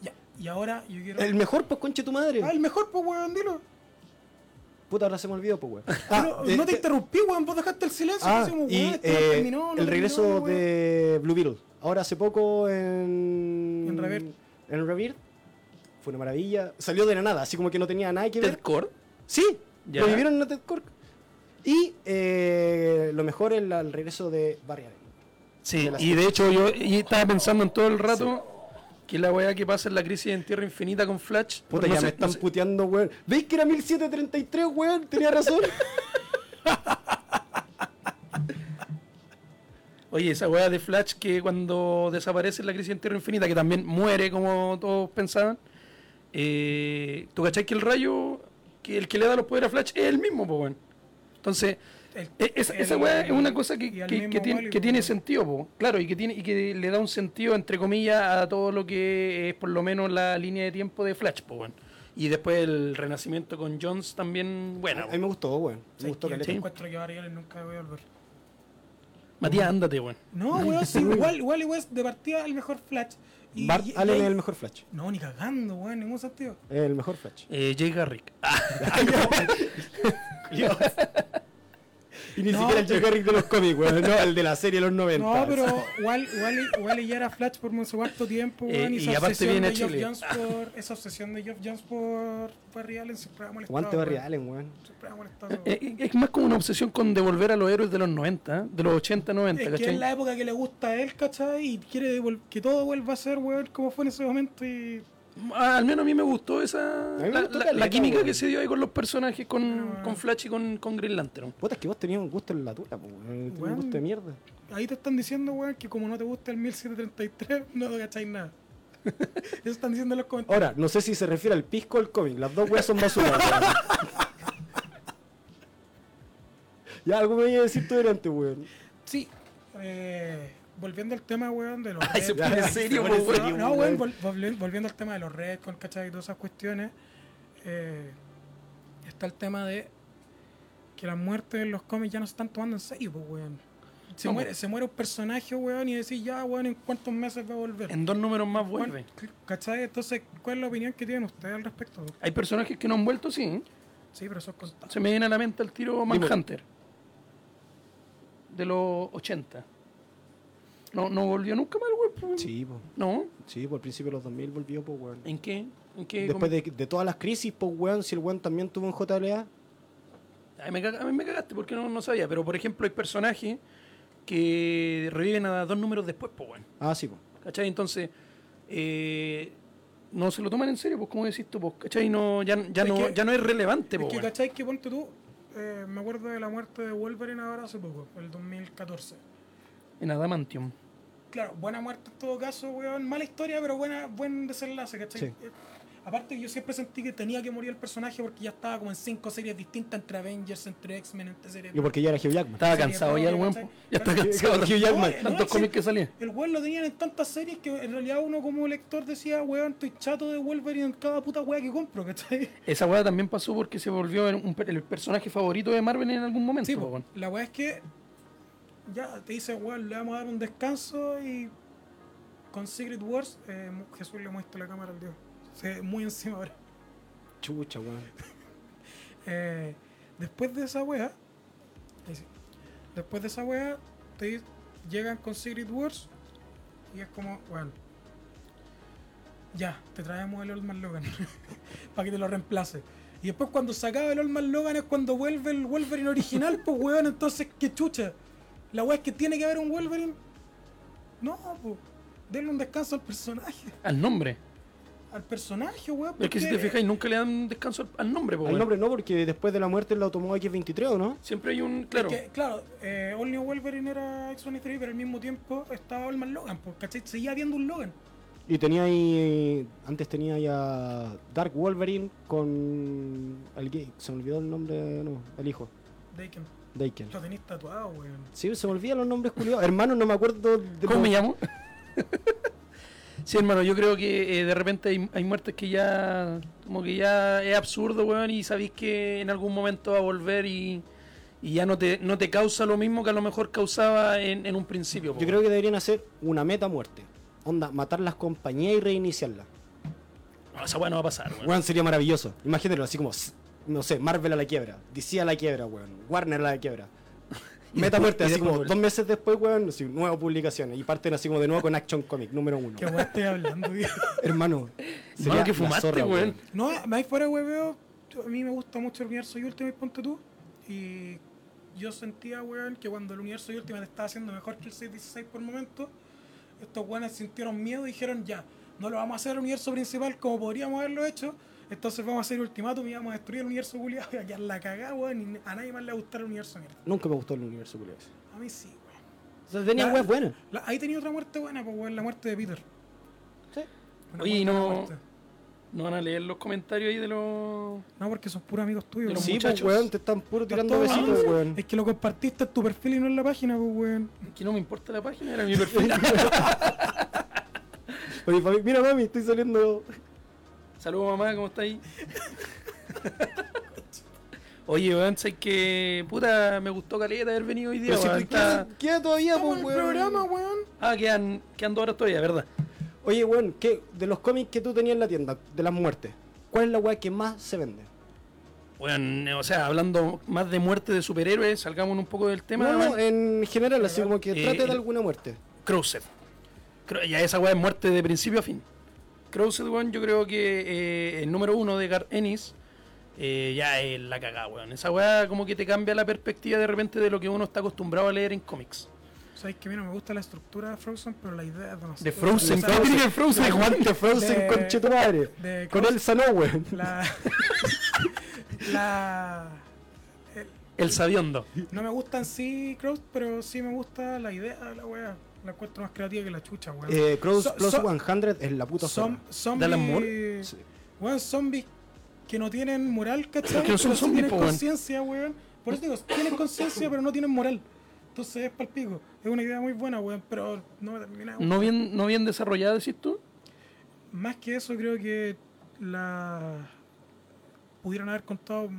B: Ya, Y ahora yo quiero...
C: El mejor, pues, conche tu madre.
B: Ah, el mejor, pues, weón, dilo.
C: Puta, ahora se me olvidó,
B: <laughs>
C: pues, weón.
B: no,
C: eh,
B: no te
C: eh,
B: interrumpí, weón, vos dejaste el silencio.
C: ah,
B: decimos, weón,
C: y
B: este no
C: eh,
B: terminó, no
C: el
B: terminó,
C: regreso
B: weón.
C: de Blue Beetle. Ahora hace poco en...
B: En Revert.
C: En Revert. Fue una maravilla. Salió de la nada, así como que no tenía nada que ver.
D: Ted Kord.
C: Sí,
D: Ya.
C: lo vivieron en la TED Corp. Y eh, lo mejor es la- el regreso de Barry Allen.
D: Sí,
C: De la
D: y de hecho yo y estaba pensando en todo el rato que la weá que pasa en la crisis en Tierra Infinita con Flash.
C: Puta,
D: no
C: ya
D: sé-
C: me están
D: no sé-
C: puteando, weón. ¿Veis que era 1733, weón? Tenía razón.
D: Oye, esa weá de Flash que cuando desaparece en la crisis en Tierra Infinita, que también muere como todos pensaban, eh, ¿tú cachás que el rayo, que el que le da los poderes a Flash es el mismo, pues, weón? Entonces,
B: El-
D: e- esa, esa
B: el-
D: weá es una cosa
B: y
D: que, que-
B: al
D: que
B: mismo
D: tiene,
B: Wally,
D: que
B: pues,
D: tiene
B: weón.
D: sentido, po, claro, y que, tiene, y que le da un sentido, entre comillas, a todo lo que es por lo menos la línea de tiempo de Flash, pues, weón. Y después el renacimiento con Jones también,
C: <laughs> A
D: bueno.
C: mí me gustó, weón.
B: Sí,
C: Me gustó
B: yo
C: caleta.
B: encuentro que Barry Allen nunca voy a volver.
D: Matías, ándate, weón.
B: No, weón, sí, igual, igual, igual, es de partida el mejor Flash. Y,
C: Bart
B: y- y
C: Allen
B: ahí-
C: es el mejor Flash.
B: No, ni cagando, weón, en ningún sentido.
C: Es El mejor <laughs> Flash.
D: Eh, Jay Garrick.
C: <laughs> Y ni
B: No,
C: siquiera el Joe Garrick de los cómics, weón. No, el de la serie de los 90.
B: No, pero Wally, Wally, Wally ya era Flash por su cuarto tiempo,
D: Eh,
B: weón, y,
D: y
B: esa
D: aparte
B: obsesión
D: viene
B: de Geoff
D: Chile.
B: Jones por, esa obsesión de Geoff Jones por Barry Allen siempre ha molestado.
C: Aguante Barry
B: weón.
C: Allen, weón.
B: Siempre ha molestado. weón.
D: Eh, eh, Es más como una obsesión con devolver a los héroes de los 90, ¿eh? de los 80, 90,
B: Es que
D: ¿cachai?
B: es la época que le gusta a él, ¿cachai? Y quiere devol- que todo vuelva a ser, weón, como fue en ese momento. Y
D: Ah, al menos a mí me gustó esa.
C: mí me
D: la,
C: gustó
D: la-
C: caleta,
D: la química
C: weón.
D: que se dio ahí con los personajes, con, con Flash y con, con Green Lantern.
C: Puta, es que vos tenías un gusto en la tula, po, weón. Tenías un
B: Weón.
C: gusto de mierda.
B: ahí te están diciendo, weón, que como no te gusta el 1733, <laughs> no te
D: <laughs>
B: cacháis nada. Eso están diciendo en los comentarios.
C: Ahora, no sé si se refiere al pisco o al cómic. Las dos weas son basura. weón. ya, algo me iba a decir tú delante, weón.
B: Sí. Eh, volviendo al tema, weón, de los
D: <laughs> Ay, se
B: Red-
D: pone
C: ya,
D: serio,
C: se pone
D: po, weón.
C: serio.
B: No, no, weón, vol- volvi- volviendo al tema de los Redcon, ¿cachai? Y todas esas cuestiones. eh, está el tema de que las muertes en los cómics ya no se están tomando en serio, pues, weón. Se,
D: No,
B: muere,
D: po.
B: se muere un personaje, weón, y decís, ya, weón, ¿en cuántos meses va a volver?
D: En dos números más
B: Weón,
D: vuelve.
B: c- ¿Cachai? Entonces, ¿cuál es la opinión que tienen ustedes al respecto?
D: Hay personajes que no han vuelto, sí. ¿eh?
B: Sí, pero eso es constante.
D: Se me viene a la mente el tiro Manhunter. De los 80. No, no volvió nunca más el weón, po.
C: Sí, po.
D: No.
C: Sí, por el principio de los 2000 volvió, pues, weón.
D: ¿En qué? ¿En qué?
C: Después de, de todas las crisis, pues, weón, si el weón también tuvo un JLA.
D: Ay, me caga- a mí me cagaste porque no, no sabía, pero por ejemplo hay personajes que reviven a dos números después, pues bueno,
C: Ah, sí, pues.
D: ¿cachai? Entonces, eh, no se lo toman en serio, pues como decís tú, pues, ¿cachai? No, ya, ya,
B: Es
D: no,
B: que-
D: ya no es relevante,
B: Es
D: pues
B: que,
D: bueno.
B: ¿cachai? Que ponte tú, eh, me acuerdo de la muerte de Wolverine ahora hace poco, el 2014.
D: en Adamantium.
B: Claro, buena muerte en todo caso, weón. Mala historia, pero buena, buen desenlace, ¿cachai?
C: Sí.
B: Eh, Aparte, yo siempre sentí que tenía que morir el personaje porque ya estaba como en cinco series distintas entre Avengers, entre X-Men, entre series.
C: Y porque ya era Hugh Jackman.
D: Estaba
B: Sería
D: cansado ya el
B: propia,
D: weón.
B: ¿cachai?
D: po. Ya está
B: Claro.
D: cansado.
C: Hugh Jackman,
D: tantos- Tantos
B: sí.
D: cómics que salían.
B: El weón lo tenían en tantas series que en realidad uno como lector decía, weón, estoy chato de Wolverine en cada puta weá que
D: <laughs>
B: compro, ¿cachai?
D: Esa weá también pasó porque se volvió en un per- el personaje favorito de Marvel en algún momento.
B: Sí,
D: po,
B: po.
D: weón.
B: la weá es que ya te dice, weón, le vamos a dar un descanso y con Secret Wars, eh, mu- Jesús le muestra la cámara al dios. Se ve muy encima ahora.
C: Chucha, weón.
B: Eh, después de esa weá, ahí sí. después de esa weá, te di- llegan con Secret Wars y es como, bueno, ya, te traemos el Old Man Logan <laughs> para que te lo reemplace. Y después cuando se acaba el Old Man Logan es cuando vuelve el Wolverine original, <laughs> pues weón, entonces qué chucha. La weá es que tiene que haber un Wolverine. No, pues, denle un descanso al personaje.
D: Al nombre.
B: Al personaje, weón.
D: Pero es que si te
B: porque-
D: fijas, nunca le dan descanso al- al nombre. po,
C: Al
D: weón.
C: nombre no, porque después de la muerte lo tomó X-23, ¿o no?
D: Siempre hay un. Claro.
B: Que, claro, eh, All New Wolverine era X-23, pero al mismo tiempo estaba Old Man Logan, pues, ¿cachai? Seguía habiendo un Logan.
C: Y tenía ahí. Antes tenía ahí a Dark Wolverine con. Al gay. Se me olvidó el nombre, no, el hijo.
B: Daken,
C: Daken.
B: lo tenéis tatuado, weón.
C: Sí, se me olvidan los nombres culiados. Hermano, no me acuerdo de.
D: ¿Cómo
C: los-
D: me llamo? <laughs> sí, hermano, yo creo que eh, de repente hay, hay muertes que ya. Como que ya es absurdo, weón, y sabéis que en algún momento va a volver y. y ya no te, no te causa lo mismo que a lo mejor causaba en, en un principio. po,
C: Yo creo que deberían hacer una meta muerte. Onda, matar las compañías y reiniciarlas.
D: No, esa weá no va a pasar, weón.
C: Weón, sería maravilloso. Imagínatelo, así como, s- no sé, Marvel a la quiebra, DC a la quiebra, weón, Warner a la <laughs> quiebra.
D: Y
C: Meta
D: después-
C: muerte,
D: y
C: así
D: después
C: como
D: vuelve.
C: dos meses después, weón, así, nuevas publicaciones. Y parten así como de nuevo con Action Comic número uno.
B: Qué weón estoy hablando, tío.
C: Hermano,
D: Hermano, que
C: la
D: fumaste, weón.
B: No, ahí fuera, weón, veo, yo- a mí me gusta mucho el universo y última, ponte tú. Y yo sentía, weón, que cuando el universo y última estaba haciendo mejor que el 616 por momento, estos weones sintieron miedo y dijeron, ya, no lo vamos a hacer el universo principal como podríamos haberlo hecho. Entonces vamos a hacer ultimátum y vamos a destruir el universo culiado y a quedar la cagada, weón, y a nadie más le va a gustar el universo mierda.
C: Nunca me gustó el universo, Ah, culiado.
B: A mí sí, weón.
C: O sea, tenía
B: Ya.
C: weas buenas.
B: La- ahí tenía otra muerte buena, pues, weón, la muerte de Peter.
C: Sí.
B: Una
D: Oye,
B: muy
D: y
B: buena
D: no-
B: muerte.
D: No van a leer los comentarios ahí de los.
B: No, porque son puros amigos tuyos.
D: De los
B: weón.
C: Sí, pues,
D: muchachos.
C: weón, te están puro
B: Está
C: tirando
B: todo
C: besitos,
B: mal.
C: weón.
B: Es que lo compartiste en tu perfil y no en la página, pues, weón.
D: Que no me importa la página, era mi
C: <laughs>
D: perfil.
C: Oye, papi, mira, mami, estoy saliendo.
D: Saludos mamá, ¿cómo estáis? Oye, weón, sé que puta, me gustó caleta haber venido hoy día.
C: Pero si
D: weón,
C: te
D: está-
C: queda, queda todavía, pues,
B: Estamos en
C: weón.
B: el programa, weón.
D: Ah, quedan, quedan dos horas todavía, ¿verdad?
C: Oye, weón, ¿qué, de los cómics que tú tenías en la tienda, de las muertes, ¿cuál es la wea que más se vende?
D: Bueno, o sea, hablando más de muerte de superhéroes, salgamos un poco del tema.
C: no, eh. no,
D: weón.
C: en general, así como que
D: Eh,
C: trate
D: el-
C: de alguna muerte.
D: Crowset. Creo- Ya esa weá es muerte de principio a fin. Crowset, weón, yo creo que eh, el número uno de Gar Ennis eh, ya es la cagada, weón. Esa weá como que te cambia la perspectiva de repente de lo que uno está acostumbrado a leer en cómics.
B: Sabes que, mira, me gusta la estructura de Frozen, pero la idea es demasiado.
D: De Frozen,
B: o
D: ¿qué
B: sea,
D: tiene que ver Frozen?
C: Aguante Frozen,
D: Eh,
B: De-
C: conche tu madre.
B: de
C: Con
B: Cross-
C: él sanó, weón.
B: La. <laughs> la.
D: El sabiondo.
B: No me gusta en sí Cross, pero sí me gusta la idea de la weá. La encuentro más creativa que la chucha, weón.
C: Eh, Cross
B: So-
C: Plus
B: so-
C: 100 es la puta
B: Som-
C: zona.
B: zombi-
D: ¿Dalan Moore?
C: Sí.
B: Weón, zombies que no tienen moral, ¿cachai?
D: Que no son
B: Pero
D: zombies,
B: sí
D: po,
B: tienen
D: weón.
B: conciencia, weón. Por eso digo, tienen conciencia, pero no tienen moral. Entonces es palpico. Es una idea muy buena, weón, pero no me termina. weón.
D: No bien, no bien desarrollada, decís tú.
B: Más que eso, creo que la. Pudieron haber contado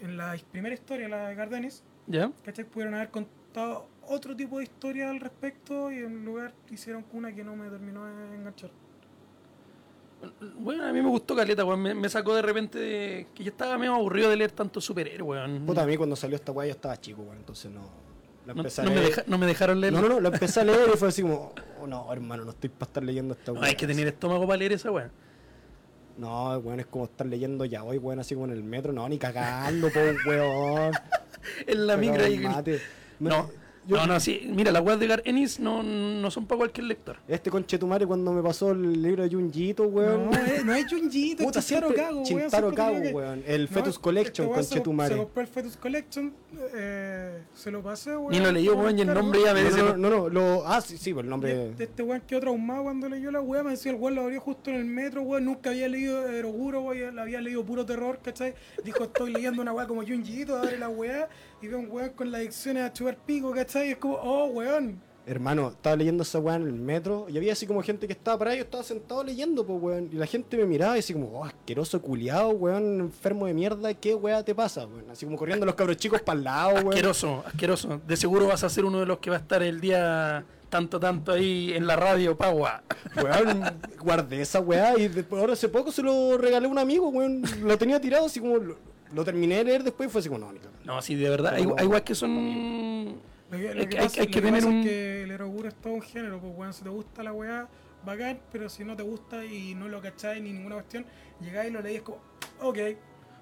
B: en la primera historia, la de Gardenis,
D: ¿Ya?
B: ¿cachai? Pudieron haber contado otro tipo de historia al respecto y en lugar hicieron una que no me terminó de enganchar.
D: Bueno, a mí me gustó Caleta, weón. Me, me sacó de repente de- que yo estaba medio aburrido de leer tanto superhéroe, weón.
C: Puta, a mí cuando salió esta wea yo estaba chico, weón. Entonces no. La
D: no,
C: empecé
D: no
C: a
D: me
C: leer.
D: deja- no me dejaron leer.
C: No, no, no, la empecé a leer y fue así como, oh, no, hermano, no estoy para estar leyendo esta wea.
D: hay que tener estómago para leer esa weón.
C: No, weón, es como estar leyendo ya hoy, weón, así como en el
B: <laughs>
C: metro. No, ni cagando, po, weón.
D: En la
C: Pero,
D: micra y
C: mate.
D: No.
C: Yo-
D: No, no, sí. Mira, las weas de Gar Ennis no, no son para cualquier lector.
C: Este conchetumare cuando me pasó el libro de Junjito, weón.
B: No, eh, no es Junjito,
C: Puta,
B: es Chintaro
C: siempre-
B: Kago, weón,
C: Chintaro
B: siempre te digo
C: Kago,
B: que-
C: weón. El
B: No,
C: Fetus Collection,
B: este weón se-
C: conchetumare.
B: Se compró el Fetus Collection, eh, se lo pasé, weón.
D: Ni lo leí,
B: por
D: weón, y el
B: cargo.
D: nombre ya me
C: No,
D: dice.
C: no, no, no, lo- ah, sí, sí, pues el
B: Y
C: nombre.
B: Este, este weón quedó traumado cuando leyó la weá, me decía el weón lo abrió justo en el metro, weón, nunca había leído Eroguro, weón, la había leído puro terror, ¿cachai? Dijo, estoy leyendo una weá como Junjiito, abre la weá, y veo un weón con la adicción a chupar pico, ¿cachai? Y es como, oh, weón.
C: Hermano, estaba leyendo esa weá en el metro y había así como gente que estaba para yo estaba sentado leyendo, pues weón. Y la gente me miraba y así como, oh, asqueroso culiado, weón, enfermo de mierda, ¿qué weá te pasa, weón? Así como corriendo los cabros chicos para el
D: Oh,
C: lado, weón.
D: Asqueroso, asqueroso. De seguro vas a ser uno de los que va a estar el día tanto, tanto ahí en la radio, Pagua. <laughs>
C: Weón, guardé esa weá y después, ahora hace poco se lo regalé a un amigo, weón. Lo tenía tirado así como, lo, lo terminé de leer después y fue así como, no, ni cagando.
D: No, sí, de verdad. Hay, hay weas que son.
B: Lo que, lo
D: Hay
B: que
D: que- hay-
B: pasa-
D: hay
B: lo
D: que tener
B: pasa
D: un-
B: es que el eroguro es todo un género, pues weón, si te gusta la weá, bacán, pero si no te gusta y no lo cacháis ni ninguna cuestión, llegáis y lo leís es como, <laughs> ok,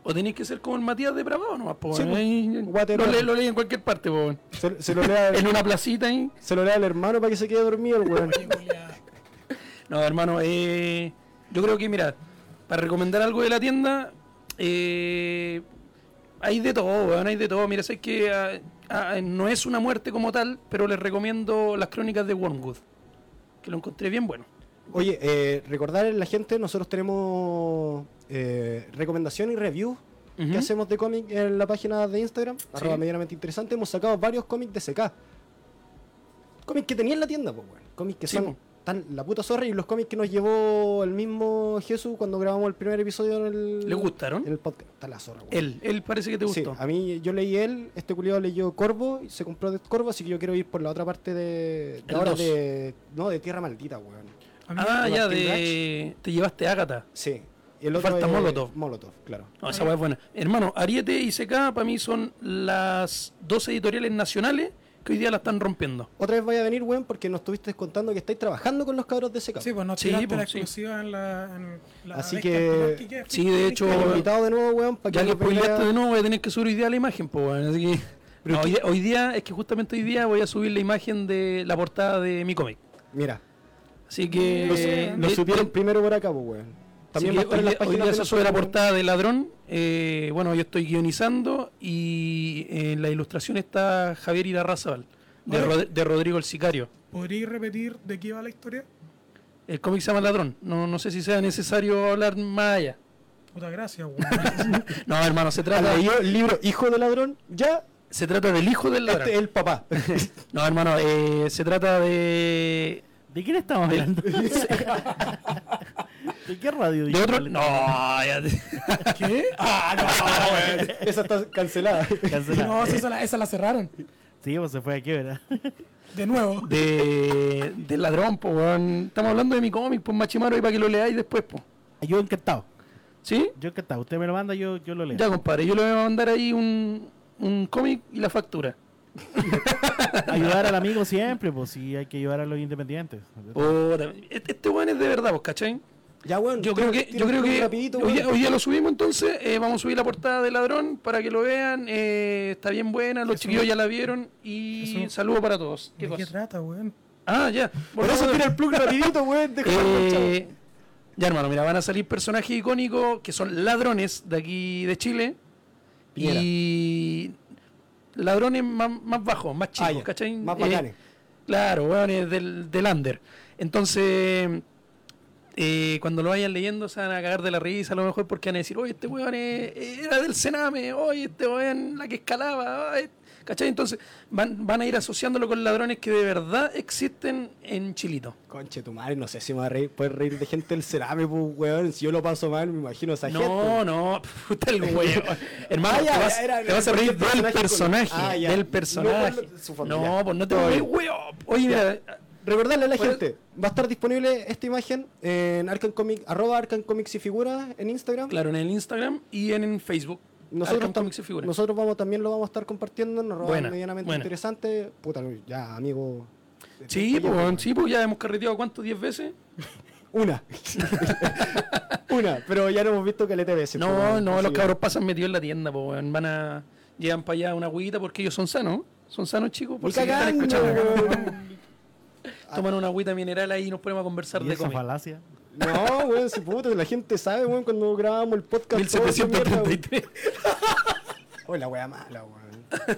D: O tenéis que ser como el Matías depravado nomás, po.
C: Sí,
D: weón.
C: pues,
D: Ahí-
C: guatero.
D: lo, leí, lo leí en cualquier parte, po. weón.
C: Se, se lo lea,
D: <laughs> En una placita ahí.
C: se lo lea al hermano para que se quede dormido el weón.
B: qué culiada.
D: No, hermano, eh, yo creo que, mira, para recomendar algo de la tienda, eh, hay de todo, weón, hay de todo. Mira, sé que ah, ah, no es una muerte como tal, pero les recomiendo las crónicas de Wormwood, que lo encontré bien bueno.
C: Oye, eh, recordar a la gente, nosotros tenemos eh, recomendación y review
D: Ujú.
C: que hacemos de cómic en la página de Instagram, arroba medianamente interesante. Hemos sacado varios cómics de CK. Cómics que tenía en la tienda, pues, weón. Cómics que
D: Sí,
C: son
D: po.
C: tan la puta zorra y los cómics que nos llevó el mismo Jesús cuando grabamos el primer episodio en el,
D: ¿Le gustaron?
C: en el podcast. Está la zorra, weón.
D: Él, él parece que te
C: Sí,
D: gustó.
C: a mí yo leí él, este culiado leyó Corvo y se compró de Corvo, así que yo quiero ir por la otra parte de, de
D: El
C: ahora
D: dos.
C: de no de Tierra Maldita, weón.
B: A mí-
D: ah,
C: de
D: ya,
C: Martin
D: de... te llevaste a Agatha.
C: Sí. Y el
D: Le
C: otro
D: falta
C: es
D: Molotov.
C: Molotov, claro.
D: No, esa weá es buena. Hermano, Ariete y CK para mí son las dos editoriales nacionales que hoy día la están rompiendo.
C: Otra vez vaya a venir, weón, porque nos estuviste contando que estáis trabajando con los cabros de ese
B: Sí, pues no
D: Sí,
B: tiraste
D: pues,
B: la
D: sí.
B: exclusiva en la, en la
C: Así
B: mezcla
C: que-
B: anterior queda.
D: Sí, de hecho,
C: Te
B: eh,
C: invitado de nuevo, weón, para
D: Ya
C: que
D: que
C: nos
D: spoileaste
C: venga-
D: de nuevo, voy a tener que subir hoy día la imagen, pues, weón. Así que. No, hoy, hoy día, es que justamente hoy día voy a subir la imagen de la portada de mi cómic.
C: Mira,
D: Así que. eh,
B: Lo su-
D: de-
C: lo
D: de-
C: supieron
D: así
C: primero por acá, pues, weón. También
D: que
C: va a estar
D: hoy,
C: en las
D: día- hoy
C: páginas
D: día
C: de
D: se
C: nosotros,
D: sube la
C: weón.
D: portada de Ladrón. Eh, bueno, yo estoy guionizando y en la ilustración está Javier Irarrázaval, de,
B: Oye.
D: Rod- de Rodrigo el Sicario.
B: ¿Podríais repetir de qué va la historia?
D: El cómic se llama Ladrón. No, no sé si sea necesario hablar más allá.
B: Puta gracias, weón. <laughs>
D: No, hermano, se
C: ¿Has
D: trata,
C: leído el libro Hijo de Ladrón? Ya,
D: se trata del hijo del ladrón.
C: este es el
D: <laughs>
C: papá. <laughs>
D: No, hermano, eh, se trata de
A: ¿De quién estamos hablando?
D: <laughs>
A: ¿De qué radio?
D: ¿De otro?
A: digital?
D: No, ya te- <laughs> ¿Qué? Ah, no, weón.
C: Esa está cancelada.
A: Cancelada.
B: no, si esa la, esa la cerraron.
A: Sí, pues se fue aquí,
D: <laughs>
A: ¿verdad?
B: De nuevo.
D: De, de ladrón, po, weón. Estamos hablando de mi cómic, pues, Machimaro, y para que lo leáis después, po.
A: Yo encantado.
D: ¿Sí?
A: Yo encantado. Usted me lo manda, yo, yo lo leo.
D: Ya, compadre, yo le voy a mandar ahí un, un cómic y la factura.
A: Ayudar al amigo siempre, pues sí, hay que ayudar a los independientes.
D: Puta, este este weón es de verdad, pues, ¿cachai?
C: Ya, weón.
D: Yo creo que, yo creo que
C: Rapidito,
D: hoy, día,
C: weón.
D: hoy día lo subimos entonces, eh, vamos a subir la portada de Ladrón para que lo vean, eh, está bien buena, los
B: Eso-
D: chiquillos ya la vieron y
B: eso-
D: saludo para todos. ¿Qué
B: ¿De qué
D: cosa?
B: trata, <laughs> weón?
D: Ah, ya.
C: Por eso tira el plug rapidito, weón. deja el chavo.
D: Eh, ya, hermano, mira, van a salir personajes icónicos que son ladrones de aquí de Chile.
C: Piñera.
D: Y ladrones más, más bajos, más chicos,
C: Ah, ya.
D: ¿cachai?
C: Más
D: Eh,
C: bacanes.
D: claro, hueones del, del under. Entonces, eh, cuando lo vayan leyendo se van a cagar de la risa a lo mejor porque van a decir, oye, este weón es- era del Sename, oye, este weón la que escalaba, ay", ¿cachai? Entonces van, van a ir asociándolo con ladrones que de verdad existen en Chilito.
C: Conche tu madre, no sé si me va a reír, puedes reír de gente del cerame, pues, weón. Si yo lo paso mal, me imagino a esa gente.
D: No, no, puta el weón. Hermano,
C: <laughs> Ah, ya,
D: te vas,
C: era- era
D: te vas a reír
C: cualquier
D: del
C: personaje
D: personaje.
C: con- Ah, ya.
D: del personaje.
C: No con lo- su familia.
D: No, pues no te
C: Todo
D: voy,
C: bien.
D: weón. Oye, mira,
C: Recordarle a la
D: Pues-
C: gente, va a estar disponible esta imagen en Arcan Comic, arroba Arcan Comics y figuras en Instagram.
D: claro, en el Instagram y en, en Facebook.
C: Nosotros,
D: Arkham
C: tam-
D: Comics y Figuras.
C: nosotros vamos, también lo vamos a estar compartiendo en arroba
D: Buena,
C: medianamente
D: buena.
C: interesante. Puta, ya, amigo.
D: Sí,
C: Oye,
D: pues, sí, pues ya hemos carreteado cuánto, 10 veces. <laughs>
C: Una. Una, pero ya no hemos visto que el ETBS.
D: pues, no, no, los cabros pasan metidos en la tienda, pues weón. Van a. Llegan para allá una agüita porque ellos son sanos. Son sanos, chicos. Por
C: Ni
D: si que están
C: cagando, Ah.
D: escuchando.
C: weón.
D: Toman una agüita mineral ahí y nos ponemos a conversar
A: Y
D: de
A: esa
D: <laughs> comida.
A: falacia.
C: No, weón, si puta, la gente sabe, weón, cuando grabamos el podcast.
D: <laughs>
C: todos de mierda, weón.
D: 1733.
C: Oh, la wea mala,
D: <laughs>
C: weón.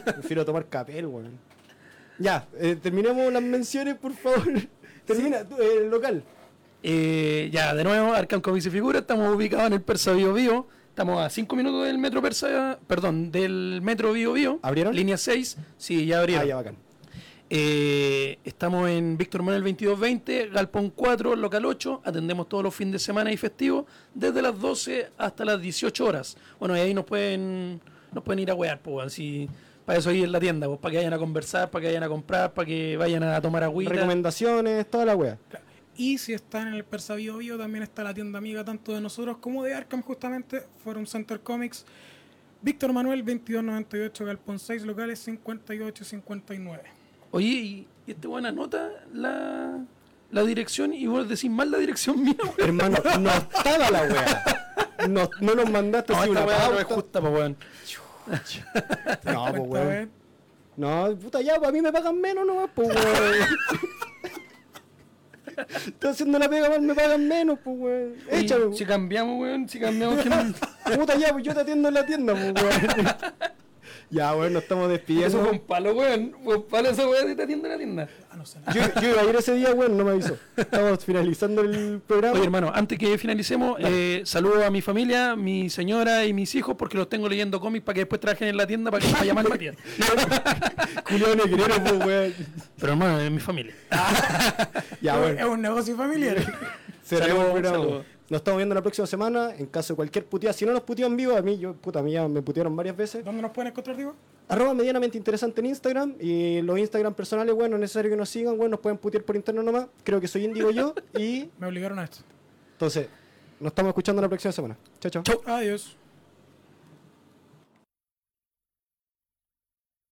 C: Prefiero tomar capel, weón. Ya, eh, terminemos las menciones, por favor. Termina, tú, eh, el local.
D: Eh, ya, de nuevo, Arkham Comics y Figura, estamos ubicados en el Persa Bio Bio. Estamos a 5 minutos del metro Persa, perdón, del metro Bio Bio.
C: ¿Abrieron?
D: Línea 6, sí, ya abrieron.
C: Ah, ya, bacán.
D: Eh, estamos en Víctor Manuel 2220, Galpón 4, local 8. Atendemos todos los fines de semana y festivos desde las 12 hasta las 18 horas. Bueno, y ahí nos pueden, nos pueden ir a wear, pues, weón, si- Para eso ahí en la tienda, pues, para que vayan a conversar, para que vayan a comprar, para que vayan a tomar agüita.
C: Recomendaciones, toda la wea.
B: Y si están en el Persa Bio Bio, también está la tienda amiga tanto de nosotros como de Arkham, justamente, Forum Center Comics. Víctor Manuel, 2298, Galpón 6, locales 5859.
D: Oye, y y este buena nota la, la dirección y vos decís mal la dirección mía,
C: <laughs>
D: weón.
C: Hermano, no estaba la wea. No, no nos mandaste
D: No,
C: así
D: esta
C: una
D: weá no
C: pauta.
D: es justa, pues, weón.
C: No, pues,
B: Cuenta,
C: weón.
B: weón.
C: No, puta, ya, pues a mí me pagan menos nomás, pues, weón. Estoy haciendo la pega mal, me pagan menos, pues, weón.
D: Oye,
C: Échame,
D: Si cambiamos, weón, si cambiamos, ¿quién
C: <laughs> puta, ya, pues yo te atiendo en la tienda, pues, weón. ya, weón, nos estamos
D: Eso
C: despidiendo.
D: fue un palo, weón. Fue un palo esa weá de te atiende la tienda.
B: Ah, no sé.
C: Yo, yo iba a ir ese día, weón, no me avisó. Estamos finalizando el programa.
D: Oye, hermano, antes que finalicemos, eh, saludo a mi familia, mi señora y mis hijos, porque los tengo leyendo cómics para que después trabajen en la tienda para que para <laughs> llamar Matías.
C: Julio Negrero, pues, weón.
D: Pero hermano, es mi familia.
C: Ya, weón.
B: Es un
C: <laughs>
B: negocio familiar.
C: Cerremos el
D: Saludos,
C: programa.
D: saludos.
C: Nos estamos viendo la próxima semana. En caso de cualquier puteada, si no nos putean vivo, a mí, yo, puta, a mí ya me putearon varias veces.
B: ¿Dónde nos pueden encontrar, digo?
C: Arroba medianamente interesante en Instagram. Y los Instagram personales, bueno, no es necesario que nos sigan, bueno, nos pueden putear por interno nomás. Creo que soy índigo yo. Y
B: Me obligaron a esto.
C: entonces, nos estamos escuchando la próxima semana. Chao, chao.
B: Adiós.